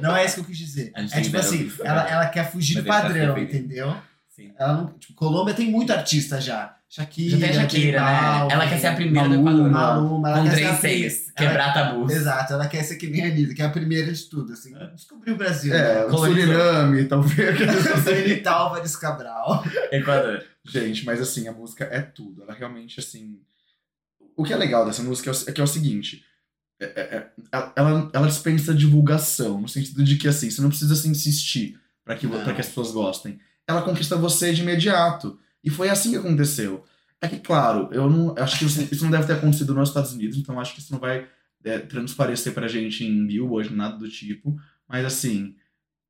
E: Não é isso que eu quis dizer.
D: A gente
E: É
D: tem
E: tipo
D: que dar
E: assim,
D: ouvido,
E: ela,
D: né?
E: ela quer fugir
D: Mas
E: do
D: ele tá
E: padrão,
D: defendendo.
E: entendeu?
D: Sim.
E: Ela não, tipo, Colômbia tem muito artista já. Shakira,
D: Já tem a Shakira, né?
E: J Balvin,
D: Ela quer ser a primeira do Equador.
E: Maluma, é assim. ela
D: Com
E: quer ser a
D: três
E: primeira.
D: seis. Quebrar tabus.
E: Exato, ela quer ser que nem a Anitta, que é a primeira de tudo, assim. Descobriu o Brasil.
A: É, o
D: né? Colonizou.
A: Suriname, talvez.
E: Anitta Álvares Cabral.
D: Equador.
A: Gente, mas assim, a música é tudo. Ela realmente, assim. O que é legal dessa música é o- é que é o seguinte. é- é- é- ela- ela, ela dispensa divulgação, no sentido de que assim, você não precisa se insistir pra que, vo-
E: Não.
A: pra que as pessoas gostem. Ela conquista você de imediato. E foi assim que aconteceu. É que, claro, eu não. eu Acho que isso, isso não deve ter acontecido nos Estados Unidos, então acho que isso não vai é, transparecer pra gente em Billboard, nada do tipo. Mas assim,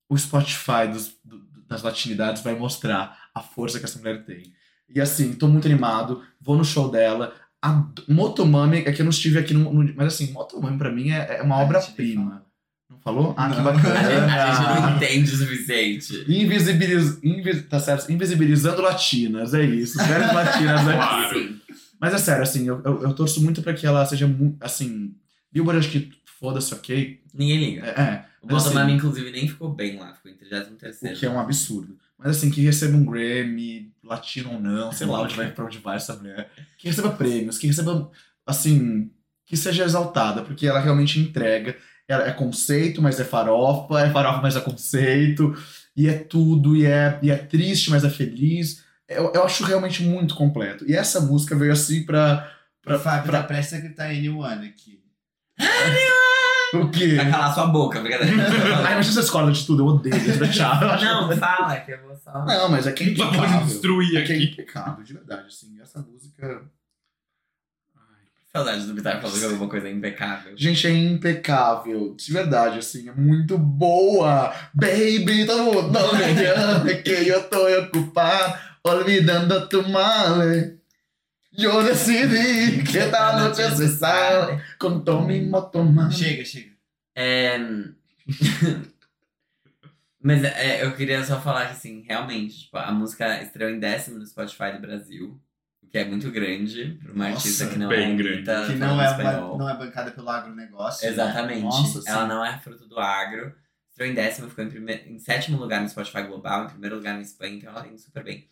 A: o Spotify dos- do- das latinidades vai mostrar a força que essa mulher tem. E assim, tô muito animado, vou no show dela. Ad- Motomami, é que eu não estive aqui no. no- mas assim, Motomami pra mim é, é uma obra-prima. Não falou? Ah, que
E: Não.
D: A gente, a gente não
A: bacana.
D: entende o suficiente.
A: Invisibiliz, invis, tá certo? Invisibilizando latinas, é isso. Velhas latinas aqui.
B: Claro.
D: Sim.
A: Mas é sério, assim, eu, eu, eu torço muito pra que ela seja. mu- Assim, Billboard, acho que foda-se, ok?
D: Ninguém liga.
A: É, é,
D: O Bolsonaro,
A: assim-
D: inclusive, nem ficou bem lá. Ficou em 33
A: O que é um absurdo. Mas assim, que receba um Grammy, latino ou não, sei lá onde vai, pra onde vai essa mulher. Que receba prêmios, que receba, assim, que seja exaltada, porque ela realmente entrega. Ela é conceito, mas é farofa, é farofa, mas é conceito, e é tudo, e é, e é triste, mas é feliz. Eu, eu acho realmente muito completo. E essa música veio assim pra. pra,
E: o Fábio
A: pra-
E: tá prestes a gritar N1 aqui.
A: O quê?
D: Vai calar sua boca, brincadeira.
A: Ai, mas você discorda de tudo, eu odeio isso, tchau. Eu acho-
D: Não, fala que eu vou só.
A: não, mas é que é
B: Pode
A: impecável.
B: destruir
A: É que é
B: aqui.
A: impecável, de verdade, assim. Essa música.
D: Saudades do Bitar falando alguma coisa impecável.
A: Gente, é impecável. De verdade, assim. É muito boa. Baby, todo mundo. Não me llame, que eu tô ocupado. Olvidando tu male. Eu decidi que tá esta noche se sale. Con tu mismo tomar.
E: Chega, chega.
D: É... Mas é, eu queria só falar que, assim, realmente, tipo, a música estreou em décimo no Spotify do Brasil, o que é muito grande pra uma
A: Nossa,
D: artista que não é
B: bem
D: Anitta,
E: Que
A: tá
D: falando
E: não é, uma-
D: espanhol.
E: não é bancada pelo agronegócio. né?
D: Exatamente.
A: né? Nossa, sim.
D: Ela não é fruto do agro. Estreou em décimo, ficou em, prime- em sétimo lugar no Spotify Global, em primeiro lugar na Espanha, então ela tá indo super bem.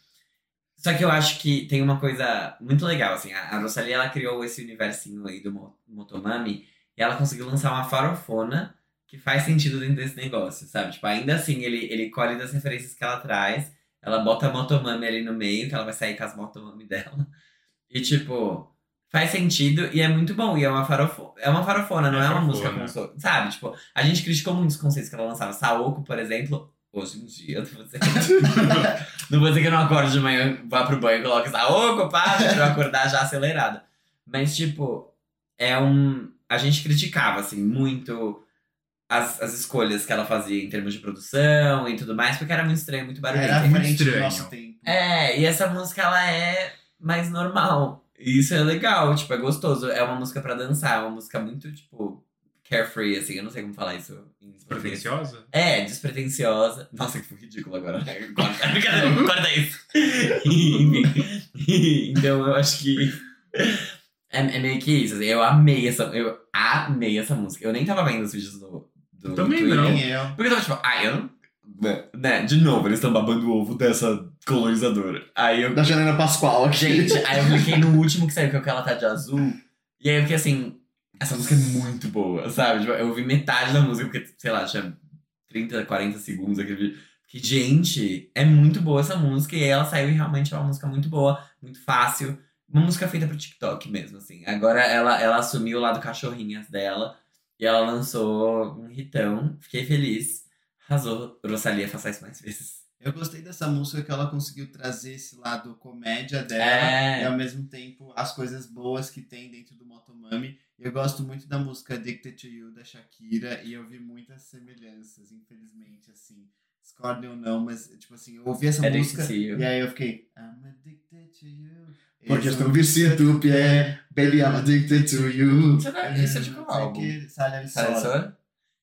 D: Só que eu acho que tem uma coisa muito legal, assim, a, a Rosalia, ela criou esse universinho aí do Mo- Motomami, e ela conseguiu lançar uma farofona que faz sentido dentro desse negócio, sabe? Tipo, ainda assim, ele, ele colhe das referências que ela traz, ela bota a Motomami ali no meio, que ela vai sair com as Motomami dela. E, tipo, faz sentido e é muito bom. E é uma farofona, é uma farofona não é,
B: É
D: uma
B: farofona.
D: música com so- Sabe? Tipo, a gente criticou muitos conceitos que ela lançava. Saoko, por exemplo, hoje em dia, não vou dizer não vou dizer que eu não acordo de manhã, vá pro banho e coloque Saoko, pá, pra eu acordar já acelerada. Mas, tipo, é um. A gente criticava, assim, muito as, as escolhas que ela fazia em termos de produção e tudo mais, porque era muito estranho, muito barulhento.
E: Era
B: muito
E: frente do
B: estranho.
E: nosso tempo.
D: É, e essa música ela é mais normal. E E isso é legal, tipo, é gostoso. É uma música pra dançar, é uma música muito, tipo, carefree, assim. Eu não sei como falar isso em português.
B: Pretenciosa?
D: É, despretensiosa. Nossa, que ridículo agora. Uhum. Corta, brincadeira, corta isso. Enfim. então eu acho que. É, é meio que isso. assim, eu amei essa. Eu amei essa música. Eu nem tava vendo os vídeos do. do
B: Também
D: Twitter.
B: não.
E: Quem é?
D: Porque eu tava tipo, ah, eu não. Né, né, de novo, eles estão babando o ovo dessa colonizadora. Aí eu.
A: Da Janela Pascoal aqui.
D: Gente, aí eu cliquei no último que saiu, que é o que ela tá de azul. E aí eu fiquei assim, essa música é muito boa, sabe? Tipo, eu ouvi metade da música, porque, sei lá, tinha 30, 40 segundos aquele vídeo. Que, gente, é muito boa essa música. E aí ela saiu e realmente é uma música muito boa, muito fácil. Uma música feita pro TikTok mesmo, assim. Agora ela, ela assumiu o lado cachorrinhas dela. E ela lançou um hitão. Fiquei feliz. Arrasou. Rosalia, faça isso mais vezes.
E: Eu gostei dessa música que ela conseguiu trazer esse lado comédia dela
D: É.
E: e ao mesmo tempo as coisas boas que tem dentro do Motomami. Eu gosto muito da música Addicted to You da Shakira e eu vi muitas semelhanças, infelizmente, assim. Discordem ou não, mas tipo assim, eu ouvi essa
D: É desse
E: música
D: estilo.
E: e aí eu fiquei I'm addicted to you. um
A: Porque estão vestido,
E: é.
A: Pierre. é, Baby, I'm addicted to you.
D: Isso é, isso é de qual álbum?
E: Sabe,
D: Sabe,
E: só.
D: só?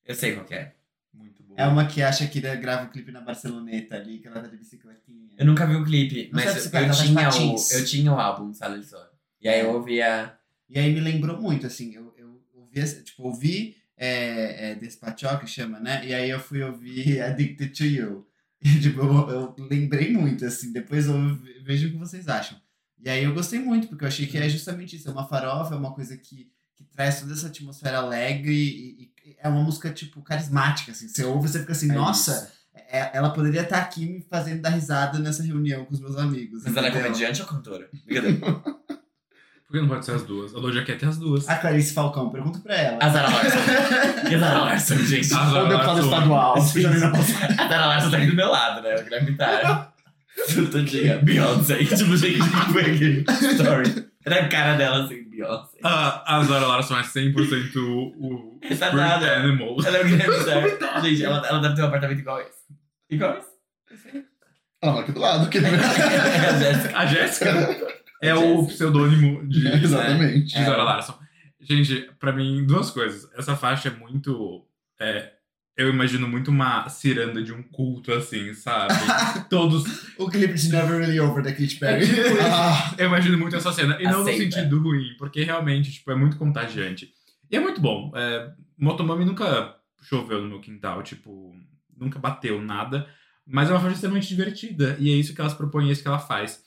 D: Eu sei qual que é.
B: Muito boa.
E: É uma que a Shakira grava o clipe na Barceloneta ali, que ela tá de bicicletinha.
D: Eu nunca vi o clipe,
E: Não sabe
D: mas
E: se
D: eu,
E: vai, tá de
D: tinha
E: patins.
D: o, eu tinha o álbum, sabe só. E aí eu ouvia.
E: E aí me lembrou muito, assim, eu, eu ouvi, essa- tipo, ouvi é, é, Despachó, que chama, né? E aí eu fui ouvir Addicted to You. E, tipo, eu, eu lembrei muito, assim, depois eu ve- vejo o que vocês acham. E aí eu gostei muito, porque eu achei que é justamente isso, é uma farofa, é uma coisa que, que traz toda essa atmosfera alegre e, e é uma música, tipo, carismática, assim. Você ouve, você fica assim,
D: É
E: nossa,
D: isso.
E: é- ela poderia estar aqui me fazendo dar risada nessa reunião com os meus amigos.
D: Mas ela é
E: entendeu?
D: comediante ou cantora? Brincadeira.
B: Por que não pode ser as duas? A Doja Cat é as duas.
E: A Clarice Falcão, pergunta pra ela.
D: A Zara Larson. E a Zara Larson, gente.
B: Ah,
A: Ou deputado
B: Arthur.
A: estadual. Janela Pascoal.
D: A Zara Larson tá aqui do meu lado, né? Eu gravitar. Tadinha. Beyoncé. Tipo, gente, que foi aquele story. Era a cara dela assim, Beyoncé.
B: A, a Zara Larson é 100% o, o
D: Essa
B: Spirit
D: nada.
B: Animal.
D: Ela é gravitar. Gente, ela, ela deve ter um apartamento igual esse. Igual esse.
A: Ela mora aqui do lado. Que...
D: É a Jéssica.
B: A Jéssica é o pseudônimo de,
A: É, Exatamente.
B: de Zara Larson. Gente, pra mim, duas coisas. Essa faixa é muito. é, eu imagino muito uma ciranda de um culto, assim, sabe? Todos.
E: O clipe de Never Really Over da Katy Perry.
A: Ah,
B: Eu imagino muito essa cena. E não no
D: É tipo Aceita.
B: sentido ruim, porque realmente, tipo, é muito contagiante. E é muito bom. É, Motomami nunca choveu no meu quintal, tipo, nunca bateu nada. Mas é uma faixa extremamente divertida. E é isso que elas propõem, é isso que ela faz.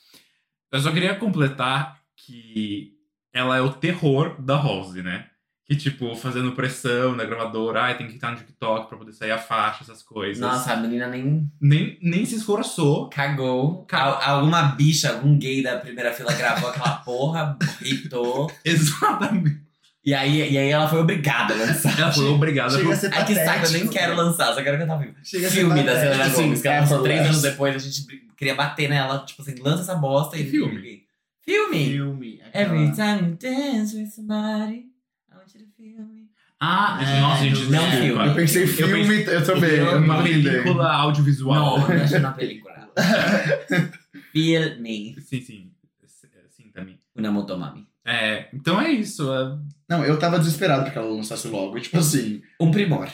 B: Eu só queria completar que ela é o terror da Rose, né? Que, tipo, fazendo pressão na gravadora, ai, tem que estar no TikTok pra poder sair a faixa, essas coisas.
D: Nossa, a menina nem
B: Nem, nem se esforçou.
D: Cagou.
B: Cagou.
D: Al- alguma bicha, algum gay da primeira fila gravou aquela porra, hitou.
B: Exatamente.
D: E aí, e aí ela foi obrigada a lançar.
B: Ela foi obrigada
E: Chega a ser
D: Ai, que saco, eu nem
E: patético.
D: quero lançar, só quero cantar vivo.
E: Chega a ser
D: filme da
E: patético.
D: Selena
A: Sim,
D: Gomez, que ela lançou três
A: Afterlife.
D: anos depois, a gente br- queria bater nela, tipo assim, lança essa bosta e...
B: Que filme?
D: ninguém-
B: É
D: Filme!
E: Filme. Ah.
D: Every
E: aquela-
D: time you dance with somebody, I want you to feel me.
B: Ah,
E: É,
B: nossa, gente,
D: não
B: desculpa.
D: filme.
A: eu pensei filme, eu, também. Eu
B: Uma
A: não entendi.
B: película audiovisual.
D: Não, não é uma película. Feel me.
B: Sim, sim. É, Sim, também.
D: Una motomami.
B: É, então é isso. é-
A: Não, eu tava desesperado porque ela lançasse logo. Tipo assim,
D: Um primor.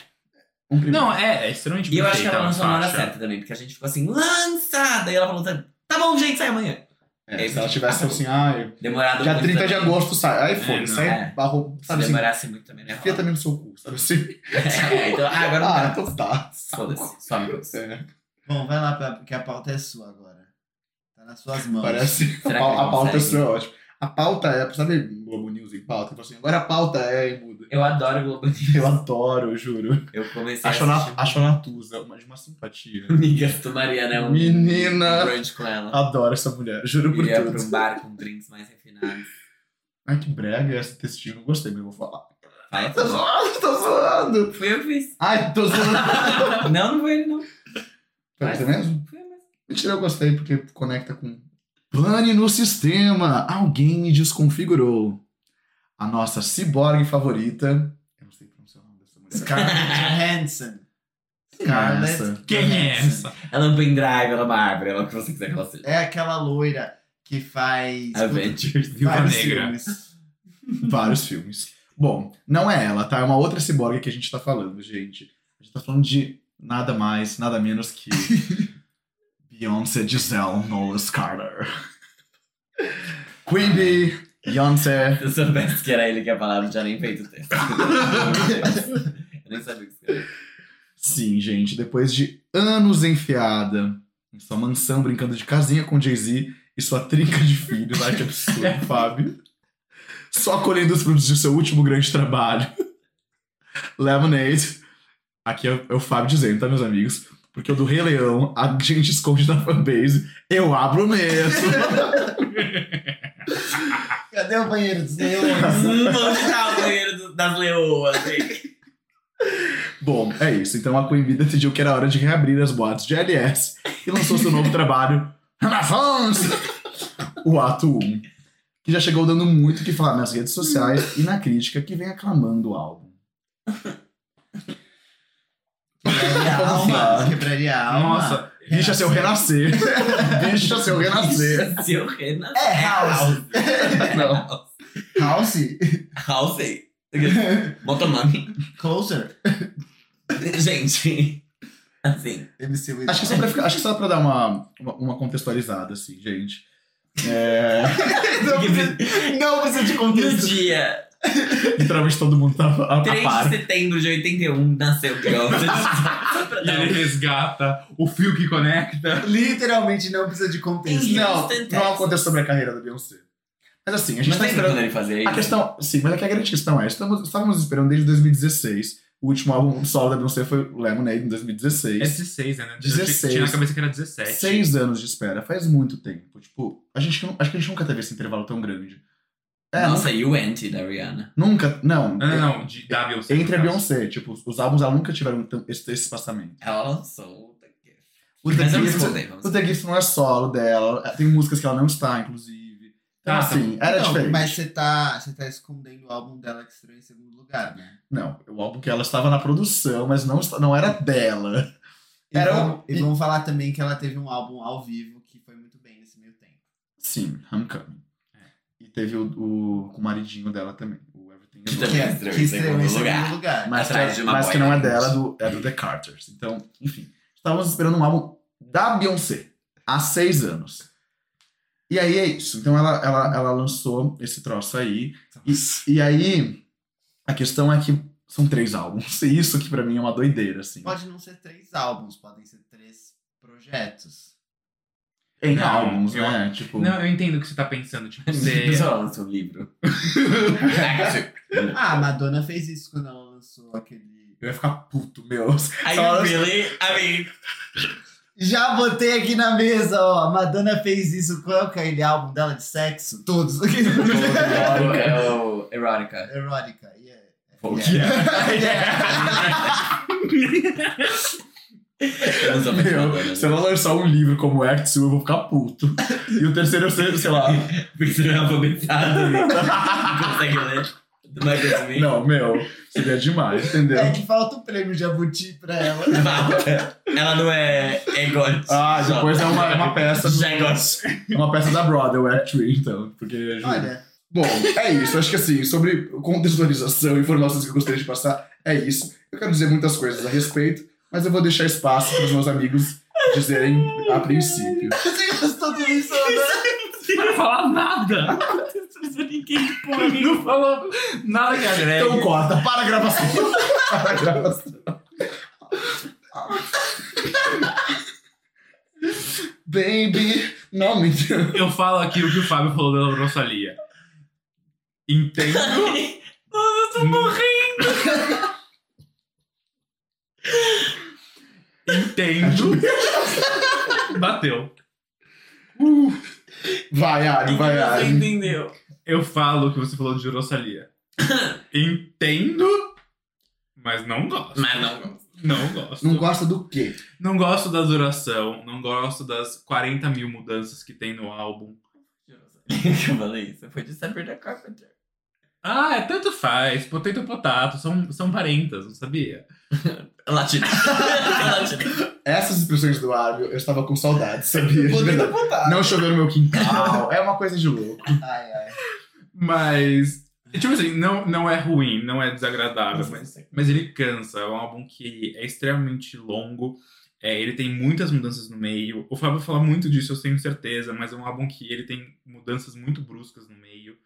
A: um primeiro.
B: Não, é, é extremamente
D: E eu acho que
B: perfeita
D: ela
B: a
D: lançou na hora
B: faixa.
D: certa também, porque a gente ficou assim, lança! Daí ela falou, tá bom, gente, sai amanhã.
A: É, se ela tivesse assim, ai,
D: Demorado
A: dia
D: muito
A: 30 de
D: também.
A: agosto sai. Aí
B: É,
A: foi,
B: não,
A: sai
D: é.
A: barro,
D: Se
A: sabe assim,
D: demorasse muito também, né?
A: enfia também no seu cu, sabe assim?
D: É, então, ah, agora
A: Ah,
D: não quero.
A: então tá.
D: Foda-se, some com isso.
A: É,
E: Bom, vai lá, pra, porque a pauta é sua agora. Tá nas suas mãos.
A: parece. A,
D: Será que
A: pau-
D: ele
A: a pauta é
D: consegue?
A: sua, ótimo. A pauta é. Sabe Globo News em pauta? Tipo assim, agora a pauta é em muda.
D: Eu adoro o Globo News.
A: Eu adoro, eu juro.
D: Eu comecei
A: Acho
D: a
A: na,
D: assistir
A: acho na Tusa, uma de uma simpatia.
D: Amigas do Mariana. Um
A: Menina!
D: brunch com ela.
A: Adoro essa mulher, juro por
D: Iria
A: tudo.
D: pra um bar com drinks mais refinados.
A: Ai, que brega esse textinho, não gostei, mas eu vou falar.
D: Vai,
A: Tô
D: tá
A: zoando, tô zoando.
D: bom. Fui eu que fiz.
A: Ai, tô zoando.
D: Não, não foi ele, não.
A: Foi você mesmo?
D: Fui eu mesmo.
A: Mentira, eu gostei, porque conecta com. Pane no sistema! Alguém me desconfigurou. A nossa ciborgue favorita. Eu não sei pronunciar o nome dessa mulher.
E: Johansson.
A: Essa.
E: Scarlett
B: Quem é
E: Johansson.
B: essa?
D: Ela é um pendrive, ela é uma árvore, ela é o que você quiser que ela seja.
E: É aquela loira que faz.
D: Avengers.
B: Viúva
E: vários
B: Negra.
E: filmes.
A: Vários filmes. Bom, não é ela, tá? É uma outra ciborgue que a gente tá falando, gente. A gente tá falando de nada mais, nada menos que Beyoncé Giselle Knowles Carter. Queen Bee, Beyoncé.
D: Se eu soubesse que era ele que ia falar, eu não tinha nem feito o texto. eu nem sabia o que escrever.
A: Sim, gente, depois de anos enfiada em sua mansão brincando de casinha com Jay-Z e sua trinca de filhos, ai que absurdo, Fábio. Só colhendo os frutos de seu último grande trabalho. Lemonade. Aqui é, é o Fábio dizendo, tá, meus amigos? Porque o do Rei Leão, a gente esconde na fanbase. Eu abro mesmo.
E: Cadê o banheiro dos
A: Tá
E: leões?
D: Vamos tirar o banheiro do- das leoas, gente.
A: Bom, é isso. Então a Queen Bee decidiu que era hora de reabrir as boates de LS e lançou seu novo trabalho, Renaissance! o Ato 1, que já chegou dando muito o que falar nas redes sociais e na crítica que vem aclamando o álbum.
E: Quebraria a alma. Quebraria a alma.
B: Nossa,
A: Deixa seu renascer. Deixa seu renascer.
D: Se eu renascer.
E: É House.
D: Não.
E: House?
D: House. Motomami.
E: Closer?
D: Gente. Assim.
E: MC Wizard.
A: Acho que só pra, ficar- acho que só pra dar uma, uma, uma contextualizada, assim, gente. É,
E: Não precisa de
D: No
E: contexto.
D: dia
A: literalmente todo mundo tava a, a
D: 3 de
A: Tá par.
D: setembro de 81 nasceu Beyoncé. Só pra
B: e
D: dar
B: ele
D: um-
B: resgata o fio que conecta.
E: Literalmente não precisa de contexto.
A: Não,
D: Houston,
A: não
D: Texas.
A: acontece sobre a carreira da Beyoncé. Mas assim, a gente
D: Mas
A: tá
D: tá
A: esperando.
D: esperando ele fazer
A: A
D: isso.
A: questão, sim, mas é que a grande questão é, estamos, estávamos esperando desde 2016. O último álbum solo da Beyoncé foi o Lemonade em
B: É
A: 2016.
B: 16, né? Eu tinha-
A: 16.
B: Tinha na cabeça que era 17.
A: Seis anos de espera, faz muito tempo. Tipo, a gente não- acho que a gente nunca teve esse intervalo tão grande. É,
D: Nossa, e o Anti da Rihanna.
A: nunca, não.
B: Ah,
A: é,
B: Não, não, não. De, da Beyoncé.
A: Entre a
B: no caso.
A: Beyoncé, tipo, os álbuns ela nunca tiveram tão- esse, esse espaçamento.
D: Ela lançou o The Gift.
A: O The,
D: Mas é eu não
A: Gift,
D: escutei, vamos
A: o The Gift não é solo dela, é, tem músicas que ela não está, inclusive. Então,
B: Ah, tá
A: assim, era
E: Não,
A: diferente.
E: Mas você tá, você tá escondendo o álbum dela que estreou em segundo lugar, né?
A: Não, o álbum que ela estava na produção, mas não, está- não era dela.
E: E,
A: Era
E: vamos,
A: um-
E: e vamos falar também que ela teve um álbum ao vivo que foi muito bem nesse meio tempo.
A: Sim, Homecoming. E teve o, o- com o maridinho dela também, o Everything
D: Que
A: Is
D: também
E: é-
A: Love.
D: estreou em segundo lugar.
E: lugar.
A: Mas,
D: Atrás
A: que-
D: de uma
A: mas que
D: boy
A: não é
D: band.
A: dela, do, é do The Carters. Então, enfim. Estávamos esperando um álbum da Beyoncé há seis anos. E aí é isso. Então ela, ela, ela lançou esse troço aí. E, e aí, a questão é que são três álbuns. E isso que pra mim é uma doideira, assim.
E: Pode não ser três álbuns, podem ser três projetos.
A: Em
B: Não,
A: álbuns,
B: eu-
A: né? Tipo,
B: Não, eu entendo o que você tá pensando. Tipo, você.
D: Só lançou o livro.
E: Ah, a Madonna fez isso quando ela lançou aquele.
A: eu ia ficar puto, meu.
D: Are
A: Só-
D: you really? I mean,
E: Já botei aqui na mesa, ó. A Madonna fez isso. Qual é aquele álbum dela de sexo? Todos.
D: erótica. ou erótica.
E: Erótica, yeah.
D: Folk.
E: Yeah.
D: Eu não sou muito
A: Meu,
D: madonna,
A: se ela lançar um livro como Act Two, eu vou ficar puto. E o terceiro eu sei, sei lá.
D: né? Porque você não é alfabetado. né? Não consegue ler. é Do Michael Smith.
A: Não, meu, seria demais, entendeu?
E: É que falta o prêmio Jabuti pra ela.
D: Falta. Ela não é. É God.
A: Ah, depois é uma, é uma peça.
D: Já é God.
A: é Uma peça da Broadway, o Act Three, então. Porque.
E: Olha,
A: Bom, é isso. Acho que assim, sobre contextualização, informações que eu gostaria de passar, é isso. Eu quero dizer muitas coisas a respeito, mas eu vou deixar espaço para os meus amigos dizerem a princípio.
E: você gostou do né? isso, Madonna?
B: não falar nada. Ninguém de porra não falou nada
D: é
B: que agregue.
A: Então corta, para a gravação. Para a gravação. Baby, não me
B: eu falo aqui o que o Fábio falou da Rosalia. Entendo.
D: Nossa, eu tô morrendo.
B: Entendo. Bateu.
A: Vai, Ari, vai,
D: Você
A: Ari.
D: entendeu?
B: Eu falo o que você falou de Rosalia. Entendo, mas não gosto.
D: Mas não gosto.
B: Não gosto.
A: Não gosta do quê?
B: Não gosto da duração, não gosto das 40 mil mudanças que tem no álbum.
D: Eu falei isso. Foi de Sabrina Carpenter.
B: Ah, é tanto faz. Potato potato. São, são parentas, não sabia?
D: É Latino. É
A: Essas expressões do Árbio, eu estava com saudade, sabia? De verdade. Não choveu no meu quintal. É uma coisa de louco.
E: Ai, ai.
B: Mas. Tipo assim, não, não é ruim, não é
A: Ah,
E: Uhum.
B: desagradável, mas,
A: assim.
B: mas ele cansa. É um álbum que é extremamente longo. é, ele tem muitas mudanças no meio. O Fábio fala muito disso, eu tenho certeza, mas é um álbum que ele tem mudanças muito bruscas no meio.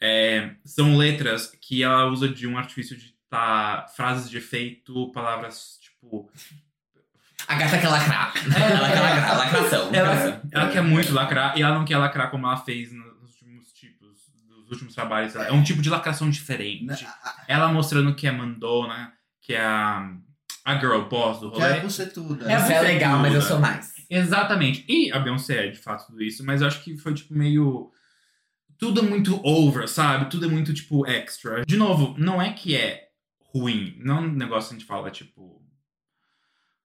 B: É, são letras que ela usa de um artifício de tá, frases de efeito, palavras tipo.
D: A gata quer lacrar. Ela quer lacrar, lacração.
B: Ela,
D: lacração.
B: ela quer muito lacrar e ela não quer lacrar como ela fez no- nos últimos tipos, dos últimos trabalhos. É um tipo de lacração diferente.
E: Na-
B: Ela mostrando que é mandona, que é a, a girl boss do
E: Que é
B: rolê.
E: bucetuda.
B: É
D: Isso é legal, mas eu sou mais.
B: Exatamente. E a Beyoncé é de fato tudo isso, mas eu acho que foi tipo meio. Tudo é muito over, sabe? Tudo é muito tipo extra. De novo, não é que é ruim. Não é um negócio que a gente fala tipo.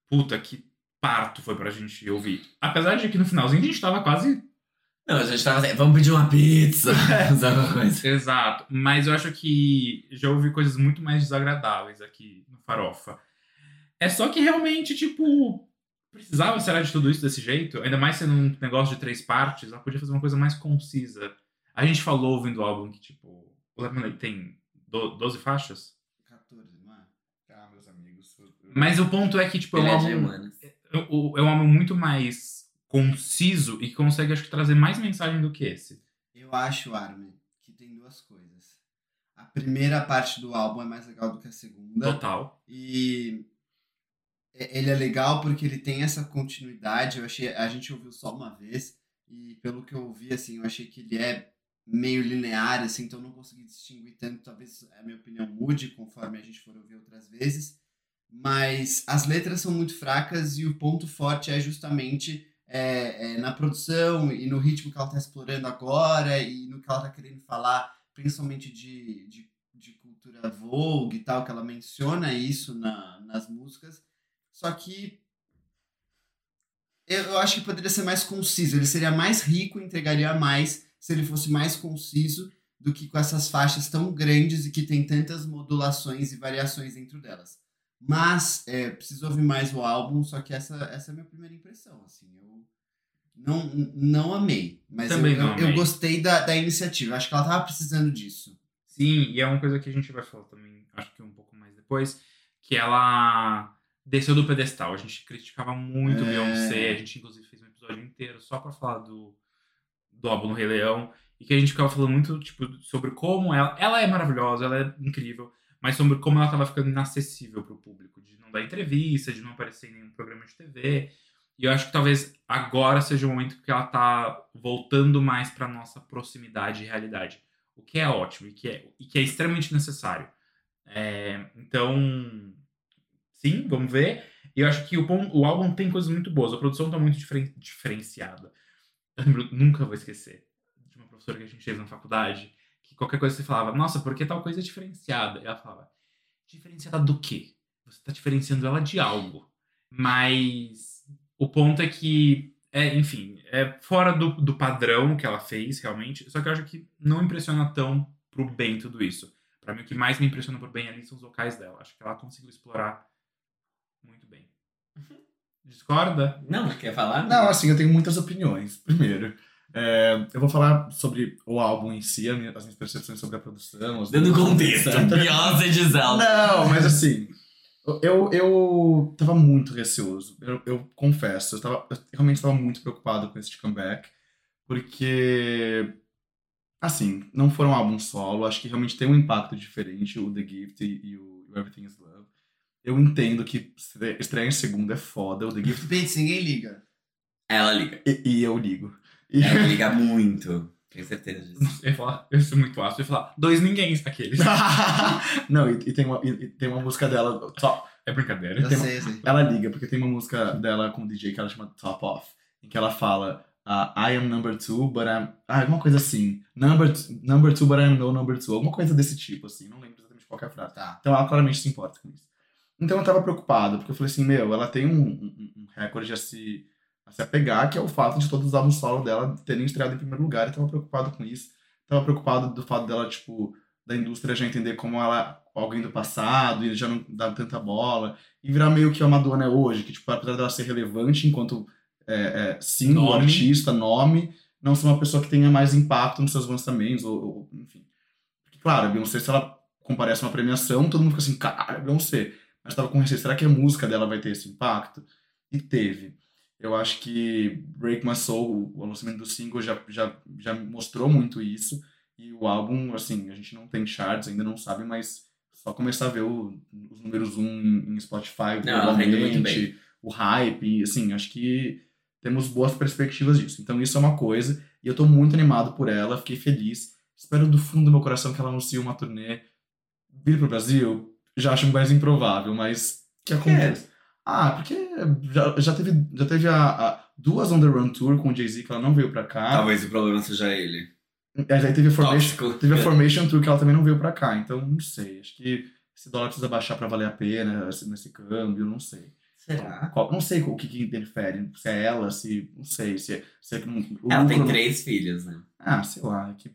B: Puta, que parto foi pra gente ouvir. Apesar de que no finalzinho a gente tava quase
D: Não, a gente tava assim, vamos pedir uma pizza.
A: É.
D: Sabe uma coisa?
B: Exato. Mas eu acho que já ouvi coisas muito mais desagradáveis aqui no Farofa. É só que realmente, tipo, precisava, será, de tudo isso desse jeito? Ainda mais sendo um negócio de três partes, ela podia fazer uma coisa mais concisa. A gente falou ouvindo o álbum que, tipo, o Lemonade tem do- 12 faixas.
E: 14, não é?
A: Ah, meus amigos.
B: Mas o ponto é que, tipo, é um
D: Ele é de
B: álbum,
D: humanas.
B: é um- é um álbum muito mais conciso e que consegue, acho que, trazer mais mensagem do que esse.
E: Eu acho, Armin, que tem duas coisas. A primeira parte do álbum é mais legal do que a segunda.
B: Total.
E: E e- ele é legal porque ele tem essa continuidade. Eu achei, a gente ouviu só uma vez e pelo que eu ouvi assim, eu achei que ele é meio linear assim, então eu não consegui distinguir tanto, talvez a minha opinião mude conforme a gente for ouvir outras vezes. Mas as letras são muito fracas e o ponto forte é justamente é, é, na produção e no ritmo que ela está explorando agora e no que ela está querendo falar, principalmente de, de de cultura vogue e tal, que ela menciona isso na, nas músicas. Só que eu, eu acho que poderia ser mais conciso. Ele seria mais rico, entregaria mais se ele fosse mais conciso do que com essas faixas tão grandes e que tem tantas modulações e variações dentro delas. Mas é, preciso ouvir mais o álbum, só que essa, essa é a minha primeira impressão. Assim, eu não, não amei, mas eu,
B: Também não
E: eu, eu
B: amei.
E: gostei da, da iniciativa. Acho que ela tava precisando disso.
B: Sim, e é uma coisa que a gente vai falar também, acho que um pouco mais depois, que ela desceu do pedestal. A gente criticava muito
E: É.
B: Beyoncé, a gente inclusive fez um episódio inteiro só pra falar do, do álbum do Rei Leão, e que a gente ficava falando muito tipo, sobre como ela. Ela é maravilhosa, ela é incrível, mas sobre como ela tava ficando inacessível pro público, de não dar entrevista, de não aparecer em nenhum programa de TV. E eu acho que talvez agora seja o momento que ela tá voltando mais pra nossa proximidade e realidade o que é ótimo e que é, e que é extremamente necessário. É, então, sim, vamos ver. E eu acho que o, pon- o álbum tem coisas muito boas, a produção tá muito diferen- diferenciada. Eu lembro- nunca vou esquecer de uma professora que a gente teve na faculdade, que qualquer coisa você falava, nossa, por que tal coisa é diferenciada? E ela falava, diferenciada do quê? Você tá diferenciando ela de algo. Mas o ponto é que, é, enfim, é fora do, do padrão que ela fez, realmente. Só que eu acho que não impressiona tão pro bem tudo isso. Pra mim, o que mais me impressiona pro bem ali são os locais dela. Acho que ela conseguiu explorar muito bem. Discorda?
D: Não, quer falar?
A: Não, assim, eu tenho muitas opiniões. Primeiro, é, eu vou falar sobre o álbum em si, a minha- as minhas percepções sobre a produção. os-
D: Dando contexto. Beyoncé de Zelda.
A: Não, mas assim, eu, eu tava muito receoso, eu, eu confesso. Eu, tava, eu realmente tava muito preocupado com esse comeback, porque, assim, não foram um álbum solo, acho que realmente tem um impacto diferente, o The Gift e, e o Everything is Love. Eu entendo que estre- estreia em segunda é foda, o The Gift
E: Pense, ninguém liga.
D: Ela liga.
A: e, e eu ligo. E-
D: Ela liga muito. Tenho certeza disso.
B: Eu ia falar, eu sou muito ácido, eu ia falar, dois ninguém aqueles.
A: não, e, e tem uma, e, e tem uma música dela, Top.
B: É brincadeira.
E: Eu
A: Tem-
E: sei, eu sei.
A: Ela liga, porque tem uma música dela com o DJ que ela chama Top Off, em que ela fala ah, I am number two, but I'm. Ah, alguma coisa assim. Number, t- number two, but I'm no number two. Alguma coisa desse tipo, assim. Não lembro exatamente qual que é a frase.
E: Tá.
A: Então ela claramente se importa com isso. Então eu tava preocupado, porque eu falei assim, meu, ela tem um, um- um recorde a se, a se apegar, que é o fato de todos os álbuns solo dela terem estreado em primeiro lugar, e tava preocupado com isso. Tava preocupado do fato dela, tipo, da indústria já entender como ela alguém do passado e já não dá tanta bola e virar meio que a Madonna é hoje, que tipo, apesar dela ser relevante enquanto é, é, símbolo,
B: Nome.
A: artista, nome, não ser uma pessoa que tenha mais impacto nos seus lançamentos, ou, ou- enfim. Porque, claro, a Beyoncé, se ela comparece a uma premiação, todo mundo fica assim, caralho, Beyoncé. Mas tava com receio, será que a música dela vai ter esse impacto? E teve. Eu acho que Break My Soul, o lançamento do single, já, já, já mostrou muito isso. E o álbum, assim, a gente não tem charts, ainda não sabe, mas só começar a ver o- os números um em em Spotify,
D: Não, ela tá indo muito
A: globalmente, o hype, e, assim, acho que temos boas perspectivas disso. Então isso é uma coisa, e eu tô muito animado por ela, fiquei feliz. Espero do fundo do meu coração que ela anuncie uma turnê vir pro Brasil, já acho mais improvável, mas que
D: É.
A: aconteça. Ah, porque já, já teve, já teve a, a- duas on the run tour com o Jay-Z que ela não veio pra cá.
F: Talvez o problema seja ele.
A: Mas aí teve a Formation,
F: Tóxico.
A: Ah.
D: É.
A: teve a Formation Tour que ela também não veio pra cá, então não sei. Acho que esse dólar precisa baixar pra valer a pena esse- nesse câmbio, não sei.
D: Será?
A: Qual- não sei o que, que interfere, se é ela, se. Não sei, se é. Se é que não- o
D: Ela tem
A: lucro-
D: três filhos, né?
A: Ah, sei lá. é Que,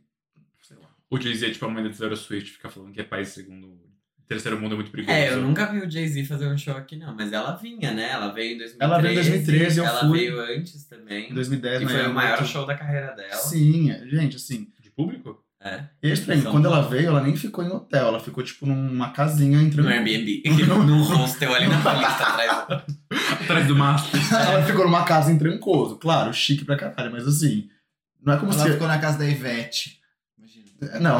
A: sei lá.
B: O Jay-Z é tipo a mãe da Taylor Swift, fica falando que é país segundo. Terceiro mundo é muito perigoso.
D: É, eu nunca vi o Jay-Z fazer um show aqui, não. Mas ela vinha, né? Ela veio em 2013.
A: Ela veio em 2013, eu
D: Ela
A: fui.
D: veio antes também.
A: Em 2010,
D: Que
A: na
D: foi o
A: época-
D: maior show da carreira dela.
A: é né? Sim, é, gente, assim.
B: De público?
D: É.
A: E é estranho,
D: São
A: quando ela
D: Paulo.
A: veio, ela nem ficou em hotel, ela ficou tipo numa casinha entrando.
D: No Airbnb. Num hostel ali na Paulista atrás.
B: Atrás do mastro.
A: ela ficou numa casa em Trancoso, claro, chique pra caralho, mas assim. Não é como
E: Ela
A: se.
E: ficou na casa da Ivete. Imagina.
A: Não,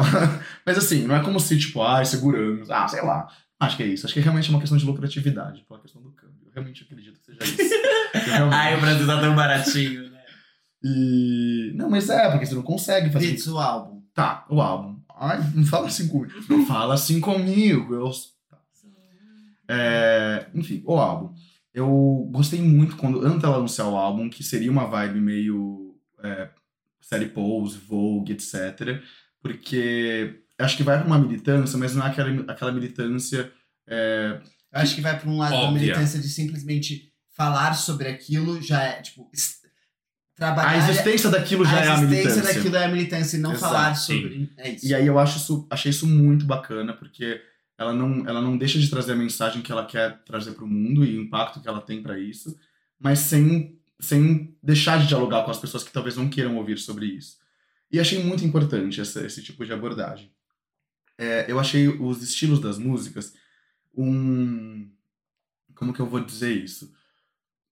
A: mas assim, não é como se, tipo, ah, seguramos, ah, sei lá. Acho que é isso. Acho que realmente é uma questão de lucratividade, pela questão do câmbio. Eu realmente acredito que seja isso. Eu realmente-
D: Ai, o Brasil tá tão baratinho, né?
A: E. Não, mas é, porque você não consegue fazer.
E: Pits, o álbum.
A: Tá, o álbum. Ai, não fala assim comigo. Não fala assim comigo. Eu... tá. É, Enfim, o álbum. Eu gostei muito quando, antes dela anunciar o álbum, que seria uma vibe meio é, série Pose, Vogue, etc. Porque acho que vai pra uma militância, mas não é aquela, aquela militância. é,
E: Eu acho que vai pra um lado da
B: Óbvia.
E: militância de simplesmente falar sobre aquilo, já é, tipo, es-
A: a
E: trabalhar.
A: existência daquilo já é a
E: existência
A: militância.
E: daquilo é a militância e não
A: Exato,
E: falar
B: sim.
E: sobre. É isso.
A: E aí eu acho isso, achei isso muito bacana, porque ela não, ela não deixa de trazer a mensagem que ela quer trazer pro mundo e o impacto que ela tem para isso, mas sem, sem deixar de dialogar com as pessoas que talvez não queiram ouvir sobre isso. E achei muito importante essa- esse tipo de abordagem. É, eu achei os estilos das músicas um. Como que eu vou dizer isso?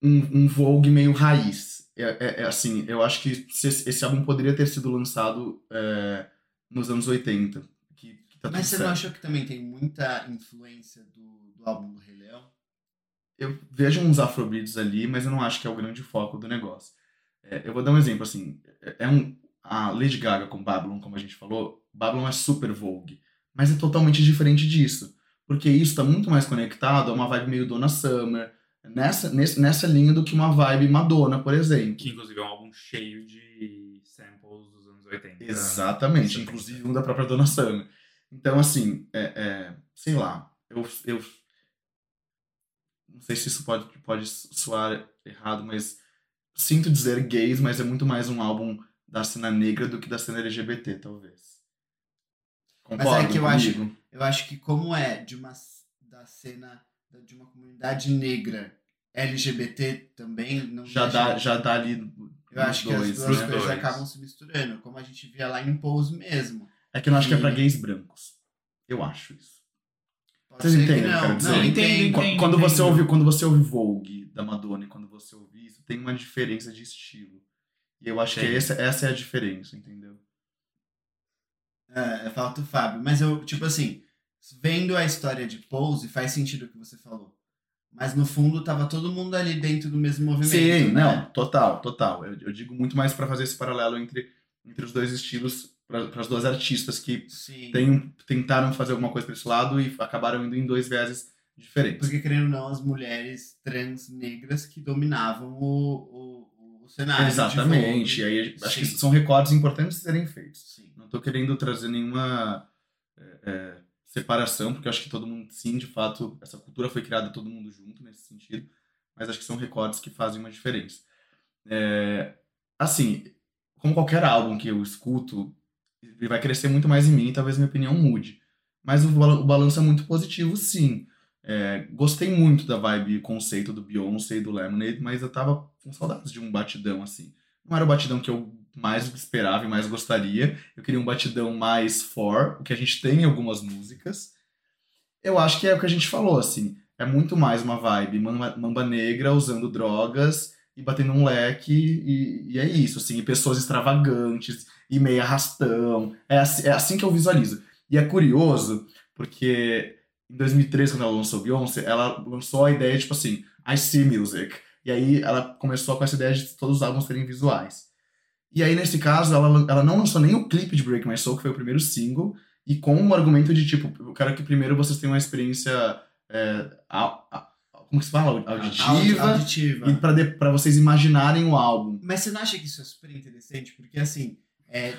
A: Um, um Vogue meio raiz. É, é- é assim, eu acho que se esse, esse álbum poderia ter sido lançado é, nos anos 80. Que, que tá tudo
E: Mas você não
A: certo.
E: achou que também tem muita influência do, do álbum do Rei Leão?
A: eu vejo uns afrobeats ali, mas eu não acho que é o grande foco do negócio. É, eu vou dar um exemplo, assim, é- é um, a Lady Gaga com Babylon, como a gente falou, Babylon é super vogue, mas é totalmente diferente disso, porque isso tá muito mais conectado a uma vibe meio Donna Summer, nessa, nesse, nessa linha do que uma vibe Madonna, por exemplo.
B: Que inclusive é um álbum cheio de samples dos anos 80.
A: Exatamente,
B: Isso.
A: inclusive um da própria Dona Summer. Então, assim, é, é, sei lá, eu, eu não sei se isso pode, pode soar errado, mas sinto dizer gays, mas é muito mais um álbum da cena negra do que da cena LGBT, talvez. Concorda
E: é que eu acho-
A: comigo?
E: Eu acho que como é de uma c- da cena da- de uma comunidade negra LGBT também, não
A: Já
E: deixa-
A: dá, já dá ali
E: Eu acho que as
A: dois,
E: duas
B: né?
E: coisas
B: Dois.
E: acabam se misturando, como a gente via lá em Pose mesmo.
A: É que eu não acho que é pra
E: E-
A: gays brancos. Eu acho isso.
E: Pode
A: Vocês
E: ser que
A: entendem o que eu
E: não.
A: quero dizer?
E: Não,
B: Entendo,
E: entendo.
A: Qu-
B: entendo.
A: quando você ouve quando você ouve Vogue da Madonna e quando você ouve isso tem uma diferença de estilo e eu acho que
B: Tem.
A: essa, essa é a diferença entendeu
E: É, falta o Fábio. Mas eu, tipo assim, vendo a história de Pose, faz sentido o que você falou. Mas no fundo tava todo mundo ali dentro do mesmo movimento.
A: sim
E: né?
A: não total total eu, eu digo muito mais pra fazer esse paralelo entre entre os dois estilos para as duas artistas que
E: Sim.
A: tem, um- tentaram fazer alguma coisa pra esse lado e acabaram indo em dois viéses diferentes
E: Porque, querendo ou não, as mulheres trans negras que dominavam o, o, o cenário. de
A: exatamente
E: Vogue.
A: aí a gente- acho que
E: Sim.
A: são recordes importantes de serem feitos
E: Sim.
A: Não tô querendo trazer nenhuma é, é, separação, porque eu acho que todo mundo, sim, de fato, essa cultura foi criada todo mundo junto nesse sentido, mas acho que são recordes que fazem uma diferença. É, assim, como qualquer álbum que eu escuto, Ele vai crescer muito mais em mim e talvez minha opinião mude. Mas o, bala- o balanço é muito positivo, sim. É, gostei muito da vibe e conceito do Beyoncé e do Lemonade, mas eu tava com saudades de um batidão assim. Não era o batidão que eu mais esperava e mais gostaria. Eu queria um batidão mais for, o que a gente tem em algumas músicas. Eu acho que é o que a gente falou, assim. É muito mais uma vibe mamba, mamba negra usando drogas e batendo um leque, e, e é isso, assim. E pessoas extravagantes e meio arrastão. É assim, é assim que eu visualizo. E é curioso, porque em 2003, quando ela lançou Beyoncé, ela lançou a ideia, tipo assim, I see music. E aí ela começou com essa ideia de todos os álbuns serem visuais. E aí, nesse caso, ela, ela não lançou nem o clipe de Break My Soul, que foi o primeiro single, e com um argumento de tipo, eu quero que primeiro vocês tenham uma experiência. é, au- a- como que se fala? Auditiva. Então-
E: Audi- auditiva.
A: E pra, de, pra vocês imaginarem o álbum.
E: Mas você não acha que isso é super interessante? Porque assim, é,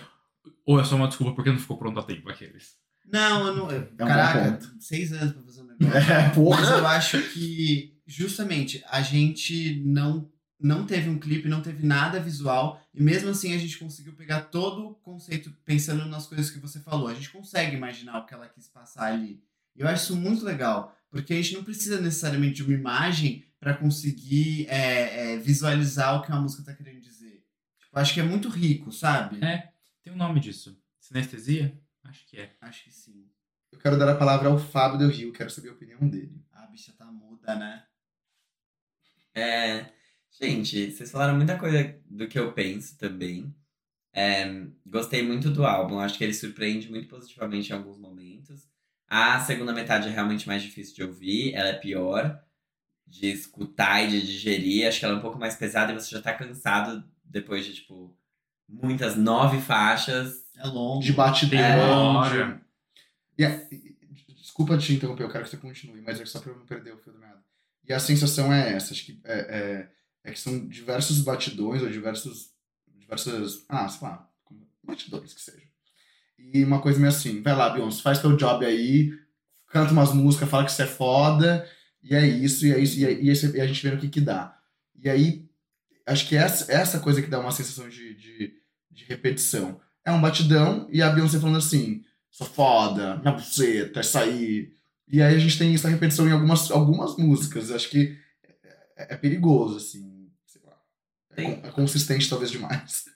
B: Ou é só uma desculpa porque não ficou pronto a tempo aqueles.
E: Não, eu não. eu-
A: É um bom
E: caraca, seis anos pra fazer um negócio.
A: É, porra.
E: Mas eu acho que, justamente, a gente não, não teve um clipe, não teve nada visual, e mesmo assim a gente conseguiu pegar todo o conceito pensando nas coisas que você falou. A gente consegue imaginar o que ela quis passar ali. E eu acho isso muito legal, porque a gente não precisa necessariamente de uma imagem para conseguir é, é, visualizar o que uma música tá querendo dizer. Tipo, acho que é muito rico, sabe?
B: É. Tem um nome disso. Sinestesia? Acho que é.
E: Acho que sim.
A: Eu quero dar a palavra ao Fábio Del Rio, quero saber a opinião dele.
E: A bicha tá muda, né?
D: É, gente, vocês falaram muita coisa do que eu penso também. É, gostei muito do álbum, acho que ele surpreende muito positivamente em alguns momentos. A segunda metade é realmente mais difícil de ouvir, ela é pior de escutar e de digerir. Acho que ela é um pouco mais pesada e você já tá cansado depois de, tipo, muitas nove faixas.
E: É longo.
A: De batidão.
B: É.
A: de- E a- e- Desculpa te interromper, eu quero que você continue, mas é só pra eu não perder o fio do meado. E a sensação é essa, acho que é, é, é que são diversos batidões ou diversos. diversas. Ah, sei lá, como- batidões que sejam. E uma coisa meio assim, vai lá, Beyoncé, faz teu job aí, canta umas músicas, fala que você é foda, e é isso, e é isso, e, é, e, esse- e a gente vê no que que dá. E aí, acho que essa, essa coisa que dá uma sensação de, de, de repetição. É um batidão, e a Beyoncé falando assim, sou foda, minha buceta, é isso aí. E aí a gente tem essa repetição em algumas, algumas músicas, acho que é, é perigoso, assim, sei lá. É,
D: Tem.
A: con- é consistente talvez demais.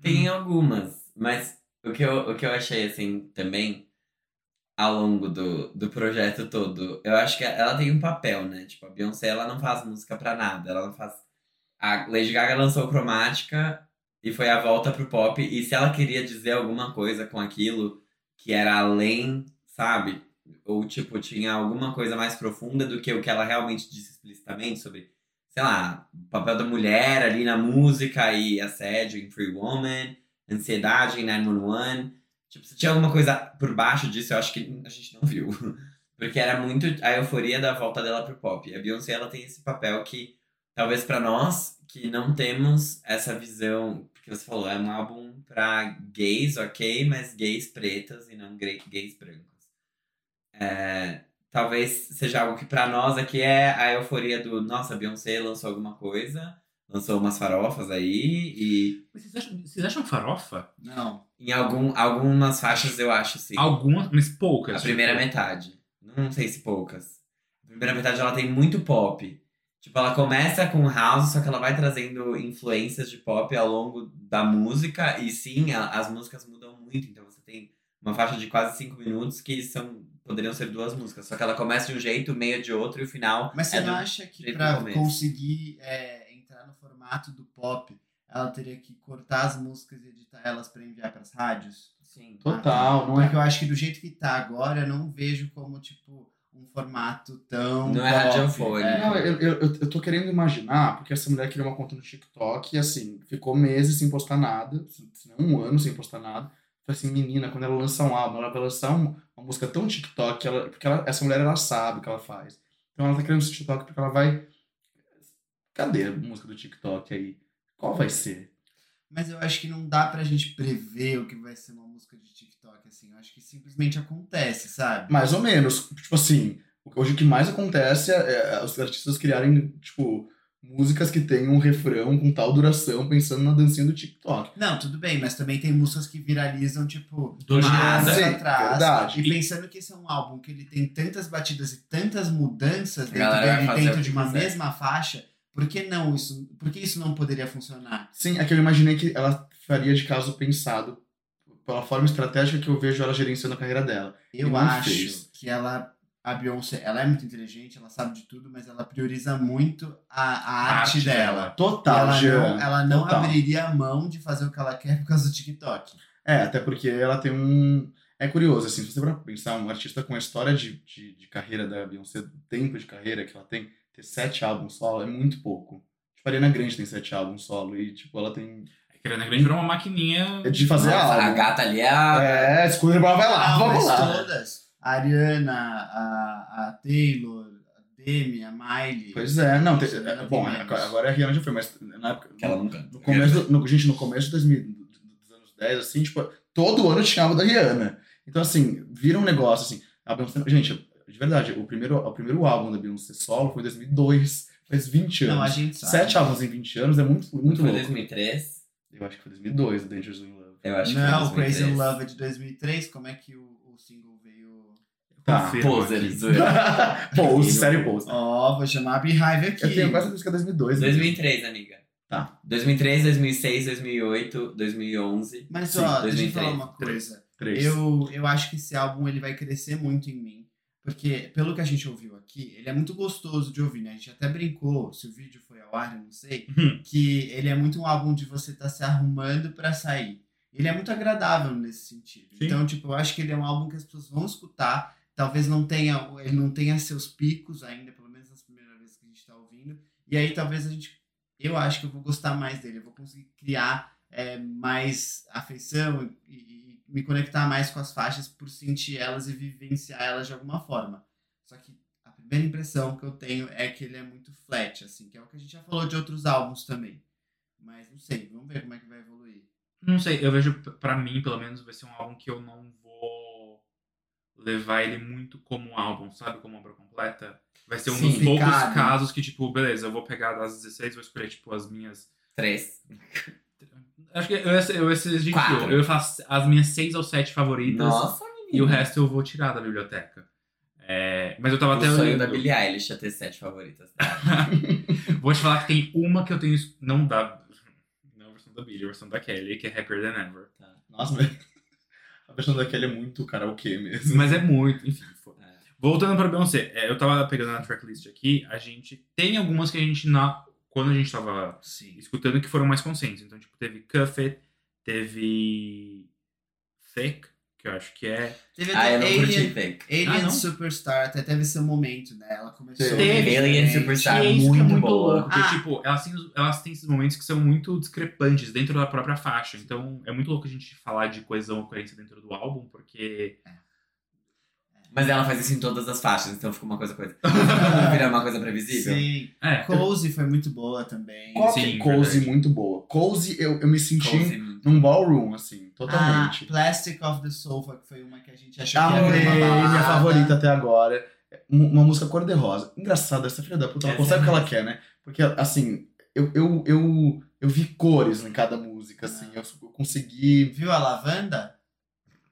D: Tem algumas, mas o que eu, o que eu achei, assim, também, ao longo do, do projeto todo, eu acho que ela tem um papel, né? Tipo, a Beyoncé, ela não faz música pra nada, ela não faz... A Lady Gaga lançou Cromática e foi a volta pro pop, e se ela queria dizer alguma coisa com aquilo que era além, sabe? Ou, tipo, tinha alguma coisa mais profunda do que o que ela realmente disse explicitamente sobre sei lá, o papel da mulher ali na música e assédio em Free Woman, ansiedade em 911. Tipo, se tinha alguma coisa por baixo disso, eu acho que a gente não viu. Porque era muito a euforia da volta dela pro pop. E a Beyoncé, ela tem esse papel que, talvez pra nós, que não temos essa visão... Porque você falou, é um álbum pra gays, ok, mas gays pretas e não gre- gays brancos. É, talvez seja algo que pra nós aqui é a euforia do nossa, Beyoncé lançou alguma coisa, lançou umas farofas aí e
B: Mas vocês acham, vocês acham farofa?
E: Não.
D: em algum, algumas faixas eu acho sim.
B: Algumas, mas poucas.
D: A primeira
B: tipo.
D: metade. Não sei se poucas. A primeira metade ela tem muito pop. Tipo, ela começa com house, só que ela vai trazendo influências de pop ao longo da música. E sim, a- as músicas mudam muito. Então você tem uma faixa de quase cinco minutos que são poderiam ser duas músicas. Só que ela começa de um jeito, meia de outro e o final.
E: Mas você
D: é
E: não
D: do-
E: acha que
D: jeito
E: pra
D: do começo.
E: conseguir é, entrar no formato do pop, ela teria que cortar as músicas e editar elas pra enviar pras rádios? Ah,
D: Sim.
A: Total, não é
E: Porque eu acho que do jeito que tá agora, eu não vejo como, tipo, um formato tão.
D: Não é
E: pop,
D: radiofone.
E: é.
A: Não, eu, eu, eu- eu tô querendo imaginar, porque essa mulher criou uma conta no TikTok e assim, ficou meses sem postar nada, se se não um ano sem postar nada. Falei assim, menina, quando ela lançar um álbum, ela vai lançar um- uma música tão TikTok, que ela, porque ela- essa mulher ela sabe o que ela faz. Então ela tá criando esse TikTok porque ela vai. Cadê a música do TikTok aí? Qual vai ser?
E: Mas eu acho que não dá pra gente prever o que vai ser uma música de TikTok, assim. Eu acho que simplesmente acontece, sabe?
A: Mais ou menos. Tipo assim, hoje o que mais acontece é, é os artistas é criarem, tipo, músicas que tenham um refrão com tal duração, pensando na dancinha do TikTok.
E: Não, tudo bem, mas também tem músicas que viralizam, tipo,
B: Do
E: dias
B: nada.
A: Sim,
E: atrás.
A: verdade.
E: E
B: E-
E: pensando que esse é um álbum que ele tem tantas batidas e tantas mudanças dentro
D: galera vai
E: dele,
D: fazer o
E: dentro
D: que
E: de uma
D: quiser.
E: mesma faixa, por que não isso? Por que isso não poderia funcionar?
A: Sim, é que eu imaginei que ela faria de caso pensado, pela forma estratégica que eu vejo ela gerenciando a carreira dela.
E: Eu
A: não
E: acho
A: fez.
E: que ela. A Beyoncé, ela é muito inteligente, ela sabe de tudo, mas ela prioriza muito a, a
B: A
E: arte,
B: arte
E: dela.
A: Total,
E: ela
A: Jean.
E: não, ela não
A: total.
E: abriria a mão de fazer o que ela quer por causa do TikTok.
A: É, até porque ela tem um. É curioso, assim, se você for pensar, um artista com a história de, de, de carreira da Beyoncé, do tempo de carreira que ela tem, ter sete álbuns solo é muito pouco. Tipo, a Ariana Grande tem sete álbuns solo e, tipo, ela tem.
B: A Ariana Grande né, virou uma maquininha.
A: É de fazer
D: Nossa, a
A: álbum.
D: gata ali é a.
A: É, escolha vai lá,
E: Ah,
A: vamos
E: mas
A: lá.
E: todas. A Ariana, a, a Taylor, a Demi, a Miley.
A: Pois é, não, tem,
E: Isso,
A: é, bom,
E: tem menos.
A: agora agora a Rihanna já foi, mas na época.
D: Que ela não canta.
A: No começo, do- no, gente, no começo de 2000 do- dos anos 10, assim, tipo, todo ano tinha álbum da Rihanna. Então, assim, vira um negócio, assim, a Beyoncé, gente, de verdade, o primeiro, o primeiro álbum da Beyoncé solo foi em 2002, faz 20 anos.
E: Não, a gente sabe.
A: Sete álbuns em 20 anos é muito, muito
D: Foi É,
A: louco.
D: 2003?
A: Eu acho que foi 2002, o Dangerous in Love.
D: Eu acho
E: Não,
D: que foi
E: Crazy
D: 2003.
E: in Love é de 2003. Como é que o, o single veio?
A: Tá.
B: Confirma aqui.
D: Poser, zoeira.
A: Pose, sério Pose.
E: Ó, vou chamar a Beehive aqui.
A: Eu tenho quase certeza que é 2002. né?
D: 2003, amiga.
A: Tá.
D: 2003, 2006, 2008, 2011.
E: Mas
D: Sim,
E: ó, deixa eu
D: 2003.
E: falar uma coisa.
A: Três.
E: Eu, eu acho que esse álbum ele vai crescer muito em mim. Porque, pelo que a gente ouviu aqui, ele é muito gostoso de ouvir, né? A gente até brincou, se o vídeo foi ao ar, eu não sei, que ele é muito um álbum de você estar se arrumando pra sair. Ele é muito agradável nesse sentido.
B: Sim.
E: Então, tipo, eu acho que ele é um álbum que as pessoas vão escutar. Talvez não tenha, ele não tenha seus picos ainda, pelo menos nas primeiras vezes que a gente tá ouvindo. E aí talvez a gente. Eu acho que eu vou gostar mais dele. Eu vou conseguir criar é, mais afeição e, e- e me conectar mais com as faixas por sentir elas e vivenciar elas de alguma forma. Só que a primeira impressão que eu tenho é que ele é muito flat, assim, que é o que a gente já falou de outros álbuns também. Mas não sei, vamos ver como é que vai evoluir.
B: Não sei, eu vejo, p- pra mim, pelo menos, vai ser um álbum que eu não vou levar ele muito como um álbum, sabe? Como obra completa. Vai ser um
E: Sim,
B: dos poucos
E: ficar, né?
B: casos que, tipo, beleza, eu vou pegar das 16, vou escolher, tipo, as minhas.
D: 3.
B: Acho que eu, ia ser- eu, ia ser gentil.
D: Quatro.
B: eu faço as minhas seis ou sete favoritas
D: Nossa,
B: e o
D: menina.
B: resto eu vou tirar da biblioteca. É, mas eu tava
D: O
B: até
D: sonho
B: olhando.
D: da Billie Eilish é ter sete favoritas. Ah,
B: Vou te falar que tem uma que eu tenho. es- Não dá. Não a versão da Billy, a versão da Kelly, que é Happier Than Ever.
A: Nossa, velho. A versão daquele é muito karaokê mesmo.
B: Mas é muito, enfim, foi.
D: É.
B: Voltando pra Beyoncé, é, eu tava pegando na tracklist aqui, a gente tem algumas que a gente, na, quando a gente tava
E: Sim.
B: escutando, que foram mais conscientes. Então, tipo, teve Cuff It, teve Thick, que eu acho que é...
E: Teve
D: Ah,
E: até
D: eu não curti
E: Alien,
D: fake.
E: Alien
B: Ah, não?
E: Superstar, até teve seu momento, né? Ela começou.
A: Teve.
E: bem
D: Alien
E: diferente.
D: Superstar,
B: E é isso que é
D: muito
B: muito
D: boa.
B: louco, porque,
E: Ah.
B: tipo, elas têm, elas têm esses momentos que são muito discrepantes dentro da própria faixa. Então, é muito louco a gente falar de coesão ou coerência dentro do álbum, porque...
D: Mas ela faz isso em todas as faixas, então fica uma coisa coisa. Não vira uma coisa previsível.
E: Sim.
B: É,
E: Cozy foi muito boa também. Ah,
A: Qual
B: Sim,
A: que é Cozy
B: verdade.
A: muito boa? Cozy, eu, eu me senti
D: Cozy.
A: num ballroom, assim,
E: Ah,
A: totalmente.
E: Plastic of the Sofa, que foi uma que a gente achou que era
A: Amei,
E: uma balada.
A: minha favorita até agora. Uma uma música cor-de-rosa. Engraçado, essa filha da puta, ela
D: Essa
A: consegue o que
D: é
A: ela quer, né? Porque, assim, eu, eu, eu, eu vi cores em cada música, assim,
D: Ah.
A: eu, eu consegui.
E: Viu a lavanda?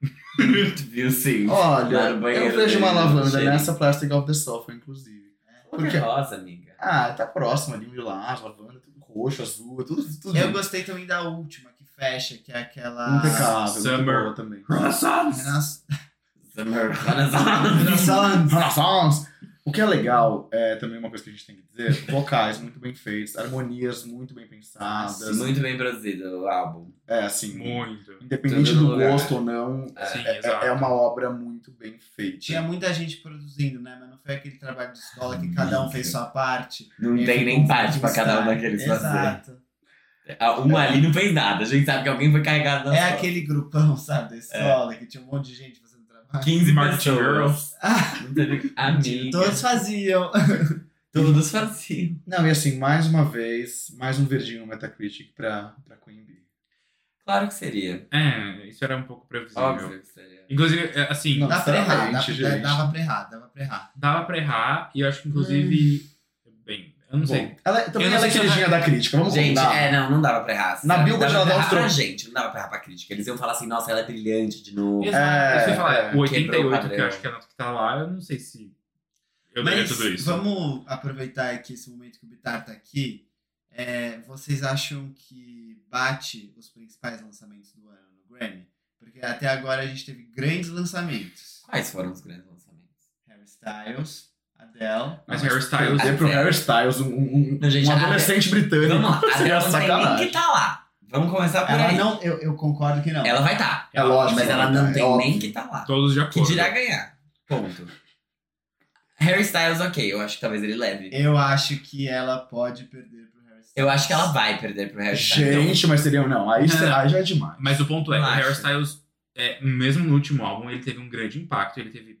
D: Viu sim. Lá
A: Olha,
D: no banheiro
A: eu vejo uma
D: dele, né,
A: lavanda
D: cheirinho.
A: nessa Plastic of the Sofa, inclusive.
D: Porque... Rosa, amiga.
A: Ah, tá próximo ali, lilás, lavanda, tudo roxo, azul, tudo. tudo
E: Eu gostei também da última, que fecha, que é aquela...
A: impecável,
B: Summer.
A: muito boa também.
E: Renas-
D: Summer Renaissance.
E: Renaissance.
A: Renaissance. O que é legal, é também uma coisa que a gente tem que dizer, vocais muito bem feitos, harmonias muito bem pensadas.
D: Muito bem produzido o álbum.
A: É, assim,
B: muito.
A: independente
D: Tudo no
A: do
D: lugar.
A: gosto ou não,
D: É,
B: Sim,
A: é,
B: exato.
A: é uma obra muito bem feita.
E: Tinha muita gente produzindo, né? Mas não foi aquele trabalho de escola que cada um fez sua parte.
D: Não
E: E
D: tem
E: ficou
D: nem
E: um
D: parte pra cada um
E: freestyle.
D: daqueles fazer.
E: Exato.
D: Ah, Uma ali não fez nada, a gente sabe que alguém foi carregado na
E: É
D: sorte.
E: aquele grupão,
D: É.
E: sabe, da escola, que tinha um monte de gente fazendo trabalho.
D: 15
B: Martin
D: pessoas.
E: Ah,
D: Não teve... Amiga.
E: todos faziam.
D: Todos faziam.
A: Não, e assim, mais uma vez, mais um verdinho no Metacritic pra, pra Queen Bee.
D: Claro que seria.
B: É, isso era um pouco previsível.
D: Óbvio que seria.
B: Inclusive, é, assim,
A: Não.
E: Dava pra errar,
A: Sinceramente,
E: dava,
A: gente.
E: dava pra errar, dava pra errar.
B: dava pra errar, e eu acho que, inclusive, bem, Eu não sei.
A: Bom, ela, também
B: Eu não
A: ela é
B: sei se
A: queridinha da crítica, vamos
D: gente,
A: combinar.
D: é, não, não dava pra errar.
A: Na
D: Não
A: Billboard
D: dava
A: ela dá
D: pra
A: uns
D: errar pra
A: troncos.
D: gente, não dava pra errar pra crítica. Eles iam falar assim, nossa, ela é brilhante de novo.
A: É,
B: Exato. Isso que eu ia falar,
A: é.
B: o
D: Quebrou o
B: 88,
D: padrão.
B: que eu acho que é a nota que tá lá, eu não sei se eu daria
E: Mas
B: tudo isso.
E: vamos aproveitar aqui esse momento que o Bitar tá aqui. É, vocês acham que bate os principais lançamentos do ano no Grammy? Porque até agora a gente teve grandes lançamentos.
D: Quais foram os grandes lançamentos?
E: Harry Styles, Adele.
B: Mas Harry Styles
A: Dê pro
D: Ah,
A: Harry Styles, um, um- um-
D: Não, gente,
A: um
D: a-
A: adolescente britânico.
D: Vamos lá,
A: seria
D: Adele não tem nem
A: sacanagem.
D: que tá lá. Vamos começar Tá por
E: Ela
D: aí.
E: não, eu, eu concordo que não.
D: Ela vai tá.
A: É lógico.
D: Mas ela não
A: é
D: tem
A: óbvio.
D: nem que tá lá.
B: Todos de
D: Que
B: acordo.
D: dirá ganhar. Ponto. Harry Styles, ok. Eu acho que talvez ele leve.
E: Eu acho que ela pode perder pro Harry Styles.
D: Eu acho que ela vai perder pro Harry Styles.
A: Gente, mas seria. um Não, aí,
B: Não,
A: aí já é demais.
B: Mas o ponto é,
D: Eu
B: o Harry
D: acho.
B: Styles, é, mesmo no último álbum, ele teve um grande impacto. Ele teve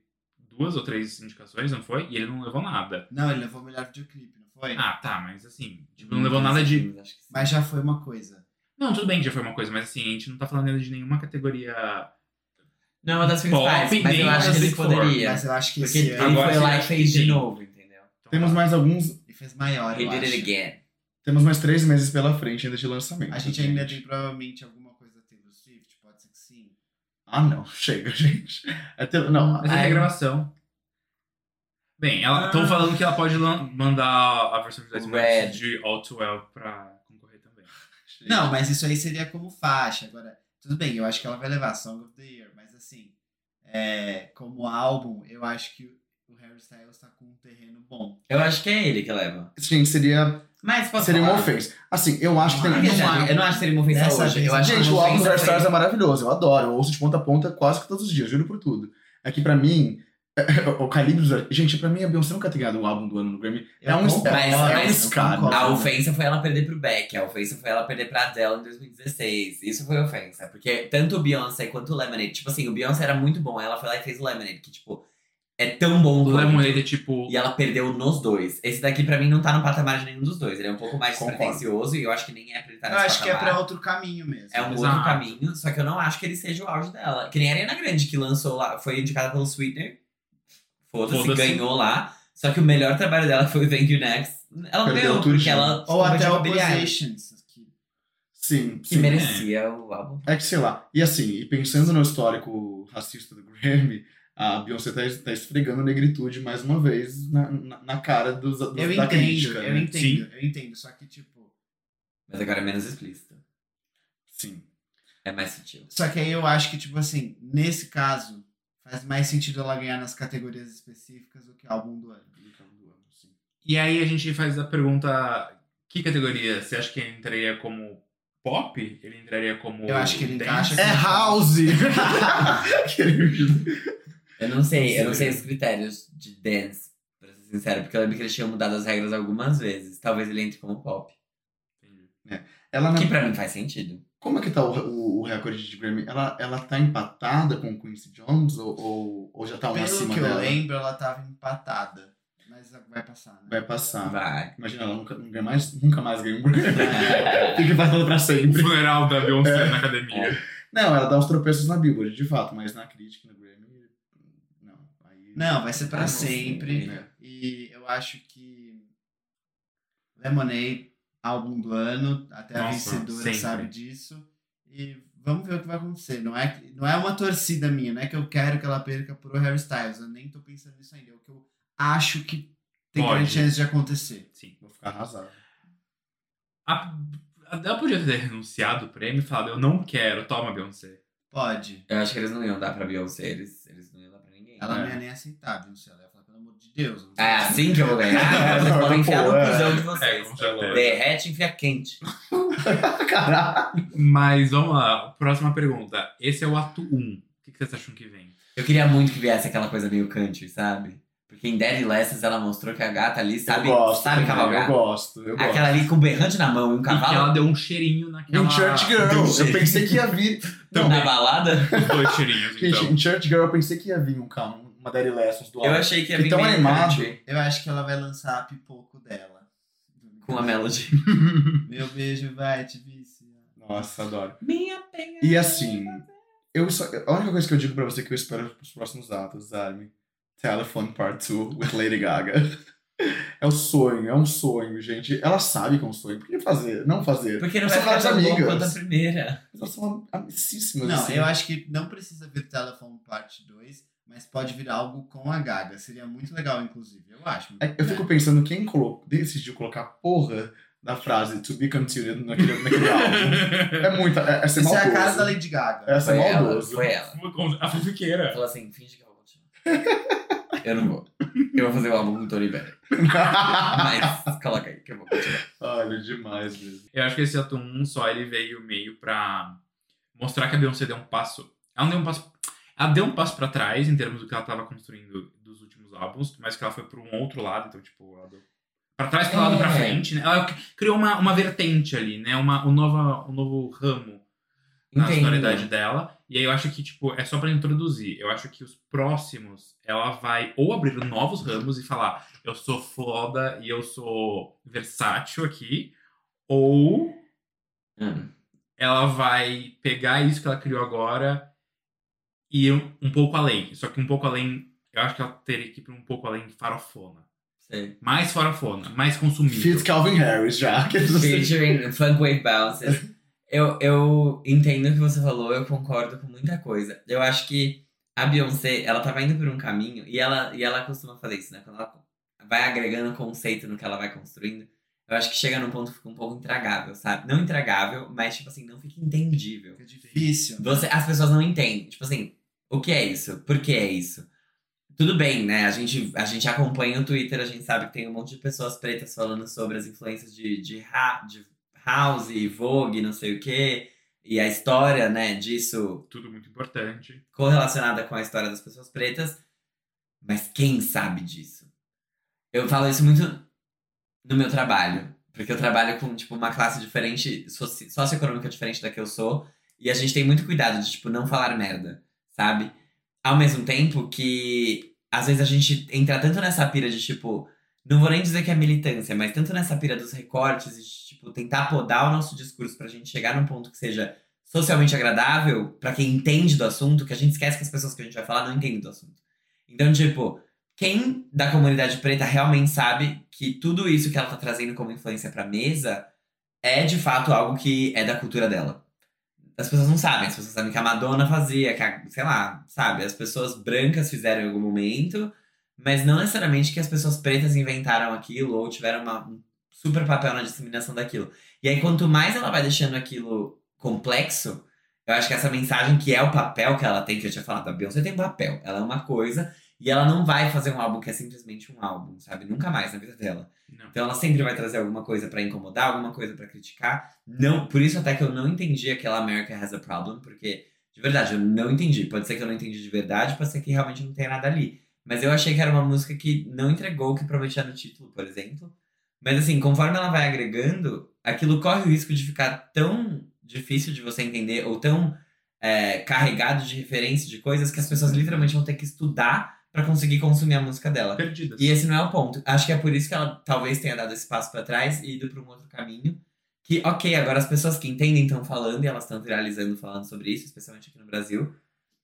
B: duas ou três indicações, não foi? E ele não levou nada.
E: Não, ele levou o melhor videoclipe, não foi?
B: Ah, tá, mas assim, tipo, não levou
D: Hum,
B: nada de.
D: Acho que sim.
E: Mas já foi uma coisa.
B: Não, tudo bem que já foi uma coisa, mas assim, a gente não tá falando ainda de nenhuma categoria.
D: Não, é uma das principais.
B: Pop,
D: mas eu
B: nem
D: acho que
B: mais
D: ele
B: se for.
D: poderia.
E: Mas eu acho que
D: Porque
E: esse
D: ele
E: ano
B: Agora
D: foi
B: sim,
D: lá e
B: acho que
D: fez de
B: tem.
D: novo, entendeu?
B: Então,
A: Temos mais alguns.
E: ele fez maior,
D: He
E: eu
D: did it
E: acho.
D: again.
A: Temos mais três meses pela frente ainda de lançamento.
E: A gente ainda tem provavelmente alguma coisa da Taylor Swift, pode ser que sim.
A: Ah, não. Chega, gente. É te- Não,
B: Mas é
D: Ai.
B: gravação. Bem, estão
D: Ah.
B: falando que ela pode lan- mandar a versão de 10
D: Red.
B: minutos de All Too Well pra concorrer também.
E: Não, mas isso aí seria como faixa. Agora, tudo bem, eu acho que ela vai levar Song of the Year, mas assim, é, como álbum, eu acho que o Harry Styles tá com um terreno bom.
D: Eu acho que é ele que leva.
A: Gente, seria,
D: Mas posso
A: seria uma
D: falar?
A: ofensa. Assim, eu acho que
E: Não,
A: tem.
E: não
D: Eu já-
E: há-
D: Eu não acho que seria uma ofensa
E: Dessa
D: hoje.
E: vez,
D: Eu acho
A: Gente,
D: que
A: o
D: uma
A: álbum do
D: ofensa
A: Harry Styles
D: foi-
A: é maravilhoso, eu adoro. Eu ouço de ponta a ponta quase que todos os dias, juro por tudo. É que pra mim, o calibre dos. Gente, pra mim a Beyoncé nunca tem ganhado o álbum do ano no Grammy. É
E: Eu
A: um
E: concordo,
A: é-
D: é um
E: eu
A: escada.
E: concordo.
D: A ofensa foi ela perder pro Beck, a ofensa foi ela perder pra Adele em 2016. Isso foi ofensa, porque tanto o Beyoncé quanto o Lemonade, tipo assim, o Beyoncé era muito bom, ela foi lá e fez o Lemonade, que tipo, é tão bom
B: O
D: quanto.
B: Lemonade é tipo.
D: E ela perdeu nos dois. Esse daqui pra mim não tá no patamar de nenhum dos dois, ele é um pouco mais
A: Concordo.
D: pretencioso e eu acho que nem é pra ele estar
E: Eu
D: nesse
E: acho que é
D: patamar.
E: pra outro caminho mesmo.
D: É um
B: Exato.
D: outro caminho, só que eu não acho que ele seja o auge dela. Que nem a Ariana Grande, que lançou lá, foi indicada pelo Sweetener. Foda-se,
B: Foda-se.
D: ganhou lá. Só que o melhor trabalho dela foi o Thank You Next. Ela não
A: Perdeu
D: ganhou,
A: tudo,
D: porque
A: gente.
D: ela
E: Ou até
D: competiu
E: o
D: com a Billie Eilish,
E: Positions. Que...
A: Sim,
D: Que
A: sim.
D: merecia o álbum.
A: É que sei lá. E assim, e pensando no histórico racista do Grammy, a Beyoncé tá, tá esfregando negritude mais uma vez na, na, na cara dos, dos,
E: Eu
A: da
E: entendo,
A: crítica.
E: eu
A: né?
E: entendo, eu entendo. Só que, tipo.
D: Mas agora é menos explícito.
A: Sim.
D: É mais sutil.
E: Só que aí eu acho que, tipo assim, nesse caso, faz mais sentido ela ganhar nas categorias específicas do que álbum do ano.
A: sim.
B: E aí a gente faz a pergunta: que categoria? Você acha que ele entraria como pop? Ele entraria como.
E: Eu acho que ele
B: dance?
E: encaixa
A: É House! Aquele-
D: Eu não sei, eu não
A: Sim.
D: sei os critérios de dance, pra ser sincero, porque eu lembro que eles tinham mudado as regras algumas vezes. Talvez ele entre como pop.
A: Ela na...
D: Que pra mim faz sentido.
A: Como é que tá o, o, o recorde de Grammy? Ela, ela tá empatada com o Quincy Jones ou, ou, ou já tá uma
E: Pelo
A: acima
E: que eu
A: dela?
E: lembro, ela tava empatada. Mas vai passar, né?
A: Vai passar.
D: Vai.
A: Imagina, ela nunca, nunca mais, nunca mais ganha um Grammy. Fica empatada pra
B: O
A: sempre.
B: funeral da Beyoncé
E: É.
B: na academia.
A: Não, ela dá uns tropeços na Billboard, de fato, mas na crítica, no Grammy, não. Aí...
E: Não, vai ser pra
D: Ah, não
E: sempre.
D: sei,
A: né?
E: E eu acho que Lemonade, álbum do ano, até a
B: Nossa,
E: vencedora
B: sempre.
E: sabe disso. E vamos ver o que vai acontecer. Não é, que- não é uma torcida minha, não é que eu quero que ela perca pro Harry Styles. Eu nem tô pensando nisso ainda. É o que eu acho que tem
B: Pode.
E: grande chance de acontecer.
B: Sim.
A: Vou ficar arrasado.
B: A, a- ela podia ter renunciado o prêmio e falado: eu não quero, toma Beyoncé.
E: Pode.
D: Eu acho que eles não iam dar pra Beyoncé, eles, eles não iam dar pra ninguém.
E: Ela não
A: É.
E: ia nem aceitar, viu? Se ela ia falar, pelo amor de Deus. eu não
D: É
E: sei.
D: assim que eu vou ganhar? Vocês podem enfiar no
A: Pô, é.
D: cuzão de
B: É,
D: vocês.
B: com certeza.
D: Derrete e enfia quente.
A: Caralho!
B: Mas vamos lá, próxima pergunta. Esse é o ato 1. O que que vocês acham que vem?
D: Eu queria muito que viesse aquela coisa meio country, sabe? Porque em Dead Lessons ela mostrou que a gata ali sabe,
A: eu gosto,
D: sabe
A: também,
D: cavalgar.
A: Eu gosto, eu gosto.
D: Aquela ali com um berrante na mão e um
B: E que ela
D: cavalo
B: deu um cheirinho naquela.
A: Em Church
D: Deu um
A: Girl, eu
D: jeito.
A: pensei que ia vir. Não,
D: na balada.
B: Os dois cheirinhos,
A: gente,
B: então.
A: em Church Girl eu pensei que ia vir um calma, uma Daddy Lessons do
D: Eu
A: álbum.
D: achei que ia
A: Que
D: vir
A: tão
D: meio
A: animado.
D: country
E: Eu acho que ela vai lançar a pipoco dela.
D: com a Melody.
E: Meu beijo vai te viciar.
A: Nossa, adoro.
D: Minha penha. é
A: E assim, eu só, a única coisa que eu digo pra você que eu espero pros próximos atos, sabe? Telephone Part 2 with Lady Gaga. É um sonho, é um sonho, gente. Ela sabe que é um sonho. Por que fazer? Não fazer.
D: Porque não
A: Mas são
D: vai ficar
A: várias
D: tão bom
A: amigas.
D: quanto a primeira.
A: Elas são amicíssimas.
E: Não,
A: assim.
E: eu acho que não precisa vir Telephone Parte 2, mas pode vir algo com a Gaga. Seria muito legal, inclusive, eu acho.
A: É que Eu fico pensando quem colo- decidiu colocar a porra da frase to be continued naquele, naquele álbum. É muito. É, é ser
E: Isso é a casa da
A: maldoso.
E: Lady Gaga.
A: É ser
D: Foi ela,
A: maldoso.
D: foi ela.
B: A
D: Ela
B: fanfiqueira.
D: falou assim, finge que eu vou continuar. Eu não vou. Eu vou fazer o álbum com o Tony Bennett. Mas coloca aí que eu vou continuar.
A: Olha, demais mesmo.
B: Eu acho que esse ato 1 só ele veio meio pra mostrar que a Beyoncé deu um passo. Ela não deu um passo. Ela deu um passo pra trás em termos do que ela tava construindo dos últimos álbuns, mas que ela foi pra um outro lado, então, tipo, ela deu. Pra trás, pra lado, pra
D: É.
B: frente, né? Ela criou uma, uma vertente ali, né? Uma, um, nova, um novo ramo na sonoridade dela. E aí eu acho que, tipo, é só pra introduzir. Eu acho que os próximos, ela vai ou abrir novos ramos e falar, eu sou foda e eu sou versátil aqui, ou
D: Hum.
B: ela vai pegar isso que ela criou agora e ir um, um pouco além. Só que um pouco além, eu acho que ela teria que ir pra um pouco além farofona.
D: Sei.
B: Mais farofona, mais consumível.
A: Fit Calvin Harris já. Que é
D: Featuring Funk Wave Bounces. Eu, eu entendo o que você falou, eu concordo com muita coisa. Eu acho que a Beyoncé, ela tava indo por um caminho, e ela, e ela costuma fazer isso, né? Quando ela vai agregando conceito no que ela vai construindo, eu acho que chega num ponto que fica um pouco intragável, sabe? Não intragável, mas tipo assim, não fica entendível.
E: Fica difícil.
D: Você- Então, assim, as pessoas não entendem. Tipo assim, o que é isso? Por que é isso? Tudo bem, né? A gente, a gente acompanha o Twitter, a gente sabe que tem um monte de pessoas pretas falando sobre as influências de, de, ha- de House, Vogue, não sei o quê. E a história, né, disso
B: Tudo muito importante.
D: correlacionada com a história das pessoas pretas. Mas quem sabe disso? Eu falo isso muito no meu trabalho. Porque eu trabalho com, tipo, uma classe diferente, soci- socioeconômica diferente da que eu sou. E a gente tem muito cuidado de, tipo, não falar merda, sabe? Ao mesmo tempo que, às vezes, a gente entra tanto nessa pira de, tipo... Não vou nem dizer que é militância, mas tanto nessa pira dos recortes e, de, tipo, tentar podar o nosso discurso pra gente chegar num ponto que seja socialmente agradável pra quem entende do assunto, que a gente esquece que as pessoas que a gente vai falar não entendem do assunto. Então, tipo, quem da comunidade preta realmente sabe que tudo isso que ela tá trazendo como influência pra mesa é de fato algo que é da cultura dela. As pessoas não sabem, as pessoas sabem que a Madonna fazia, que a, sei lá, sabe, as pessoas brancas fizeram em algum momento, mas não necessariamente que as pessoas pretas inventaram aquilo ou tiveram uma- um super papel na disseminação daquilo. E aí, quanto mais ela vai deixando aquilo complexo, eu acho que essa mensagem que é o papel que ela tem, que eu tinha falado, a Beyoncé tem papel, ela é uma coisa, e ela não vai fazer um álbum que é simplesmente um álbum, sabe? Nunca mais na vida dela.
B: Não.
D: Então ela sempre vai trazer alguma coisa pra incomodar, alguma coisa pra criticar. Não, por isso até que eu não entendi aquela America Has a Problem, porque de verdade eu não entendi. Pode ser que eu não entendi de verdade, pode ser que realmente não tenha nada ali. Mas eu achei que era uma música que não entregou o que prometia no título, por exemplo. Mas assim, conforme ela vai agregando, aquilo corre o risco de ficar tão difícil de você entender ou tão é, carregado de referência de coisas que as pessoas literalmente vão ter que estudar pra conseguir consumir a música dela.
B: Perdidas.
D: E esse não é o ponto. Acho que é por isso que ela talvez tenha dado esse passo pra trás e ido pra um outro caminho. Que, ok, agora as pessoas que entendem estão falando e elas estão viralizando falando sobre isso, especialmente aqui no Brasil.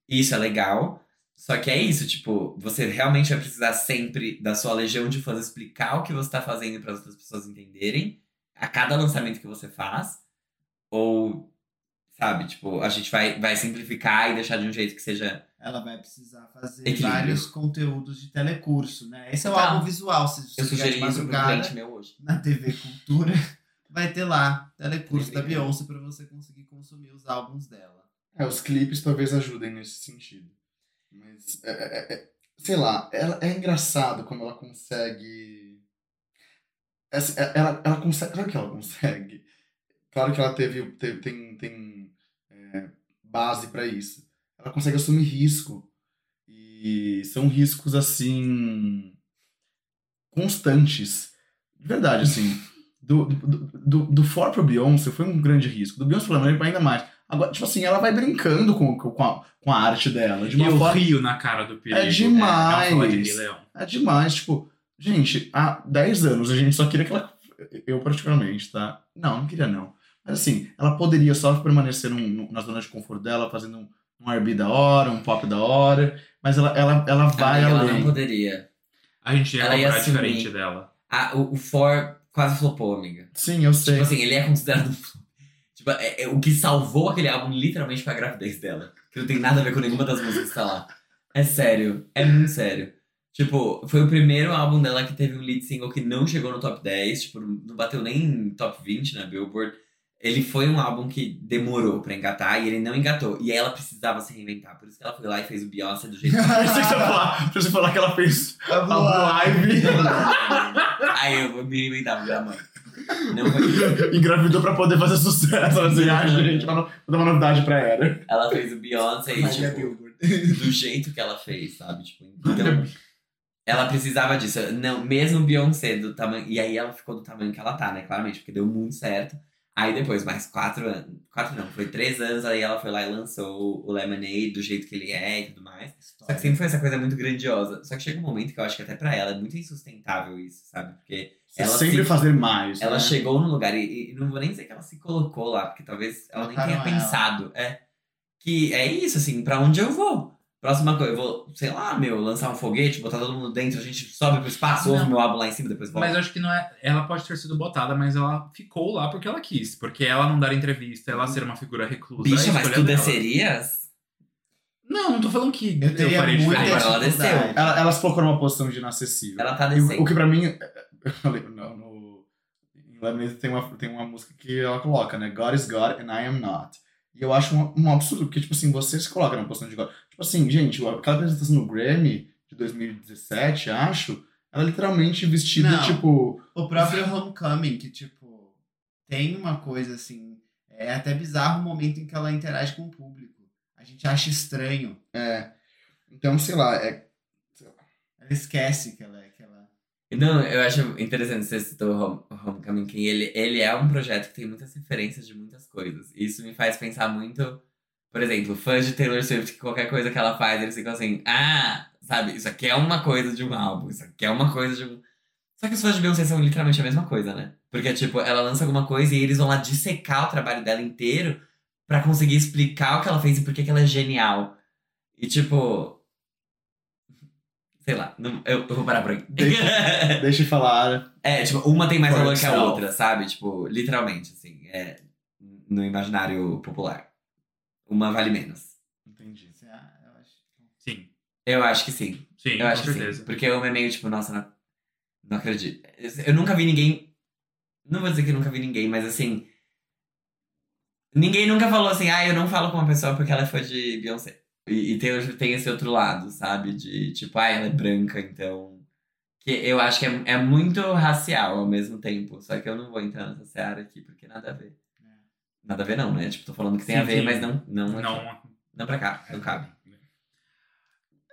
D: E isso é legal. Só que é isso, tipo, você realmente vai precisar sempre da sua legião de fãs explicar o que você tá fazendo para as outras pessoas entenderem a cada lançamento que você faz. Ou, sabe, tipo, a gente vai, vai simplificar e deixar de um jeito que seja.
E: Ela vai precisar fazer
D: Equilíbrio.
E: vários conteúdos de telecurso, né? Esse é o
D: Tá.
E: álbum visual. Se você
D: Eu
E: chegar de
D: sugeri isso pra um
E: madrugada
D: cliente meu hoje.
E: na TV Cultura, vai ter lá telecurso da
D: Legal.
E: Beyoncé pra você conseguir consumir os álbuns dela.
A: É, os clipes talvez ajudem nesse sentido. Mas, é, é, é, sei lá, ela, é engraçado como ela consegue. Essa- é- Ela, ela consegue. Sabe o que ela consegue? Claro que ela teve, teve- tem, tem é, base pra isso. Ela consegue assumir risco. E são riscos, assim. constantes. De verdade, assim. Do, do, do, do For pro Beyoncé foi um grande risco. Do Beyoncé pro Lamar, ainda mais. Agora, tipo assim, ela vai brincando com, com, a, com a arte dela. De uma
B: e eu
A: forma.
B: rio na cara do perigo.
A: É demais.
B: Não fala de Rei Leão.
A: É demais, tipo, gente, há 10 anos a gente só queria que ela. Eu, particularmente, tá? Não, não queria, não. Mas assim, ela poderia só permanecer num- num- na zona de conforto dela, fazendo um, um RB da hora, um pop da hora, mas ela, ela, ela vai
D: Amiga, ela
A: além.
D: não poderia.
B: A gente ia
D: Ela ia
B: comprar
D: assumir.
B: diferente dela.
D: Ah, o, o For quase flopou, amiga.
A: Sim, eu sei.
D: Tipo assim, ele é considerado um flop. Tipo, é- é o que salvou aquele álbum literalmente foi a gravidez dela. Que não tem nada a ver com nenhuma das músicas que tá lá. É sério, é muito sério. Tipo, foi o primeiro álbum dela que teve um lead single que não chegou no top 10, tipo, não bateu nem em top 20 na Billboard. Ele foi um álbum que demorou pra engatar e ele não engatou. E ela precisava se reinventar. Por isso que ela foi lá e fez o Beyoncé do jeito que
A: Ah, eu sei que você vai falar. Pra você falar que ela fez
E: A
A: a live.
D: Aí eu vou me reinventar, minha mãe. Não foi isso.
A: Engravidou pra poder fazer sucesso. Ela assim, ah, gente, uma no- vou dar uma novidade pra ela.
D: Ela fez o Beyoncé e,
E: Maria
D: tipo,
E: Billboard.
D: do jeito que ela fez, sabe? Tipo, então, ela precisava disso. Não, mesmo Beyoncé do tamanho. E aí ela ficou do tamanho que ela tá, né? Claramente, porque deu muito certo. Aí depois, mais quatro anos. Quatro não, foi três anos. Aí ela foi lá e lançou o Lemonade do jeito que ele é e tudo mais. Só que sempre foi essa coisa muito grandiosa. Só que chega um momento que eu acho que até pra ela é muito insustentável isso, sabe? Porque Ela
A: sempre
D: se-
A: fazer mais.
D: ela
A: né?
D: chegou no lugar e, e não vou nem dizer que ela se colocou lá, porque talvez ela nem
E: Botaram
D: tenha
E: ela.
D: pensado. É. Que é isso, assim, pra onde eu vou? Próxima coisa, eu vou, sei lá, meu, lançar um foguete, botar todo mundo dentro, a gente sobe pro espaço, ouve
B: Não.
D: meu álbum lá em cima, depois volta.
B: Mas eu acho que não é. Ela pode ter sido botada, mas ela ficou lá porque ela quis. Porque ela não dar entrevista, ela ser uma figura reclusa. é
D: Bicha,
B: a
D: mas
B: escolha
D: tu
B: dela.
D: descerias?
B: Não, não tô falando que
E: Eu teria
B: faria
E: muita
D: Agora
B: diferente.
D: ela desceu.
E: dificuldade.
A: Ela, ela se colocou numa posição de inacessível.
D: Ela tá
A: E o-
D: descendo.
A: o que pra mim. Eu falei, não, no. Em Lemonade tem uma, tem uma música que ela coloca, né? God is God and I am not. E eu acho um, um absurdo, porque, tipo assim, você se coloca na posição de God. Tipo assim, gente, o- aquela apresentação no Grammy de 2017, acho, ela é literalmente vestida,
E: Não.
A: tipo.
E: O próprio Homecoming, que, tipo, tem uma coisa assim. É até bizarro o momento em que ela interage com o público. A gente acha estranho.
A: É. Então, sei lá, é.
E: Ela esquece que ela é. Que ela...
D: Não, eu acho interessante você citou o Home, o Homecoming King. Ele, ele é um projeto que tem muitas referências de muitas coisas. E isso me faz pensar muito, por exemplo, fãs de Taylor Swift, que qualquer coisa que ela faz, eles ficam assim, ah, sabe, isso aqui é uma coisa de um álbum, isso aqui é uma coisa de um. Só que os fãs de Beyoncé são literalmente a mesma coisa, né? Porque, tipo, ela lança alguma coisa e eles vão lá dissecar o trabalho dela inteiro pra conseguir explicar o que ela fez e por que que ela é genial. E, tipo. Sei lá, não- eu, eu vou parar por aqui.
A: Deixa eu falar.
D: É, tipo, uma tem mais
A: For
D: valor que a
A: yourself.
D: outra, sabe? Tipo, literalmente, assim, é, no imaginário popular. Uma vale menos.
A: Entendi.
E: Você- ah, eu acho.
B: Sim,
D: Eu acho que sim.
B: sim,
D: eu
B: com
D: acho que
B: certeza.
D: sim. Porque uma é meio tipo, nossa, não, não acredito. Eu nunca vi ninguém. Não vou dizer que eu nunca vi ninguém, mas assim. Ninguém nunca falou assim, ah, eu não falo com uma pessoa porque ela é fã de Beyoncé. E, e tem, tem esse outro lado, sabe? De tipo, ah, ela é branca, então. Que eu acho que é, é muito racial ao mesmo tempo. Só que eu não vou entrar nessa seara aqui porque nada a ver. Nada a ver, não, né? Tipo, tô falando que
B: É.
D: tem
B: Sim,
D: a ver,
B: sim.
D: mas não. Não, aqui.
B: Não,
D: não pra cá, não cabe.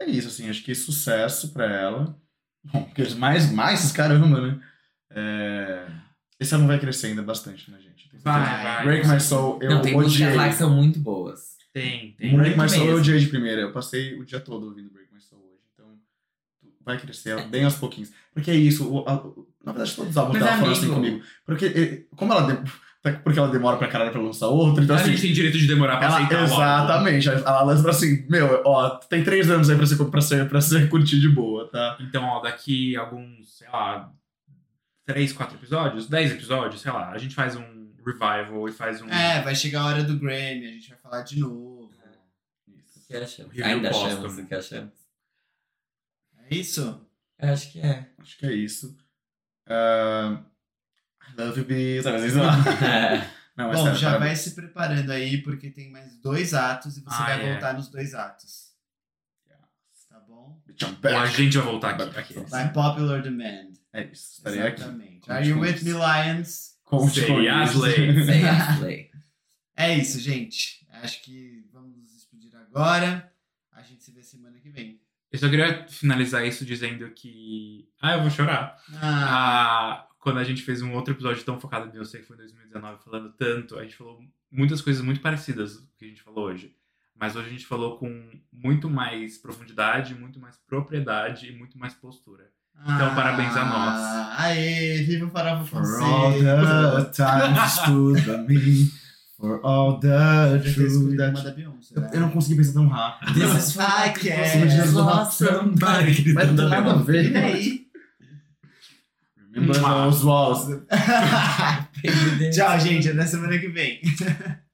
A: é isso, assim, acho que sucesso pra ela. Bom, porque mais, mais caramba, né? É... Esse álbum vai crescer ainda bastante, né, gente? Tenho certeza.
B: Vai, vai.
A: Break My Soul, eu
D: não, tem músicas lá
A: odiei.
D: que são muito boas.
B: Tem, tem.
A: Break My
D: muito
A: Soul eu
D: mesmo.
A: odiei de primeira. Eu passei o dia todo ouvindo Break My Soul hoje. Então, vai crescer bem aos pouquinhos. Porque é isso. o- a- o- na verdade, todos os álbuns
D: Mas,
A: dela foram assim
D: amigo-
A: comigo. Porque, eh, como ela... de- até Porque ela demora pra caralho pra lançar outra. Então,
B: A
A: assim,
B: gente tem direito de demorar pra
A: ela,
B: aceitar logo.
A: exatamente. Ela lança pra assim, meu, ó, tem três anos aí pra você, pra você, pra você curtir de boa, tá?
B: Então, ó, daqui alguns, sei lá, três, quatro episódios, dez episódios, sei lá, a gente faz um revival e faz
A: Hum.
B: um
E: É, vai chegar a hora do Grammy, a gente vai falar de novo.
D: O que achamos?
B: Review
D: Ainda
B: póstumo.
D: achamos
A: né?
D: o que achamos.
E: É isso?
D: Eu acho que é.
A: Acho que é isso. Ah, I love you, Bi. Sabe, às vezes lá.
D: É,
A: Não, é mas
E: Bom,
A: sério,
E: já
A: parabéns.
E: vai se preparando aí, porque tem mais dois atos e você
B: Ah,
E: vai
B: é.
E: voltar nos dois atos. Tá bom?
A: Bitch, I'm
B: Bom, a
A: back.
B: gente vai voltar aqui. aqui.
E: By popular demand.
A: É isso, estarei aqui.
E: Exatamente. Are you with me, Lions?
A: Conte com
B: Seria as
A: tipo isso.
B: leis.
D: Sei, acho que é.
E: É isso, gente. Acho que vamos nos despedir agora. A gente se vê semana que vem.
B: Eu só queria finalizar isso dizendo que. Ah, eu vou chorar.
E: Ah,
B: Ah, quando a gente fez um outro episódio tão focado em Beyoncé, que foi em 2019, falando tanto, a gente falou muitas coisas muito parecidas do que a gente falou hoje. Mas hoje a gente falou com muito mais profundidade, muito mais propriedade e muito mais postura. então, parabéns a nós.
E: ah, Aê, viva o Farofa
A: For all the
E: Conceito.
A: times you stood by me. For all the
E: Eu já tinha
A: truth
E: escolhido
A: that...
E: uma da Beyoncé.
A: Eu,
E: né?
A: eu não consegui pensar tão rápido.
D: This is
E: I
D: I
E: care.
D: care. Lost somebody.
A: Mas não tem nada a ver.
E: E aí?
A: Remember those walls.
E: Tchau, gente. Até semana que vem.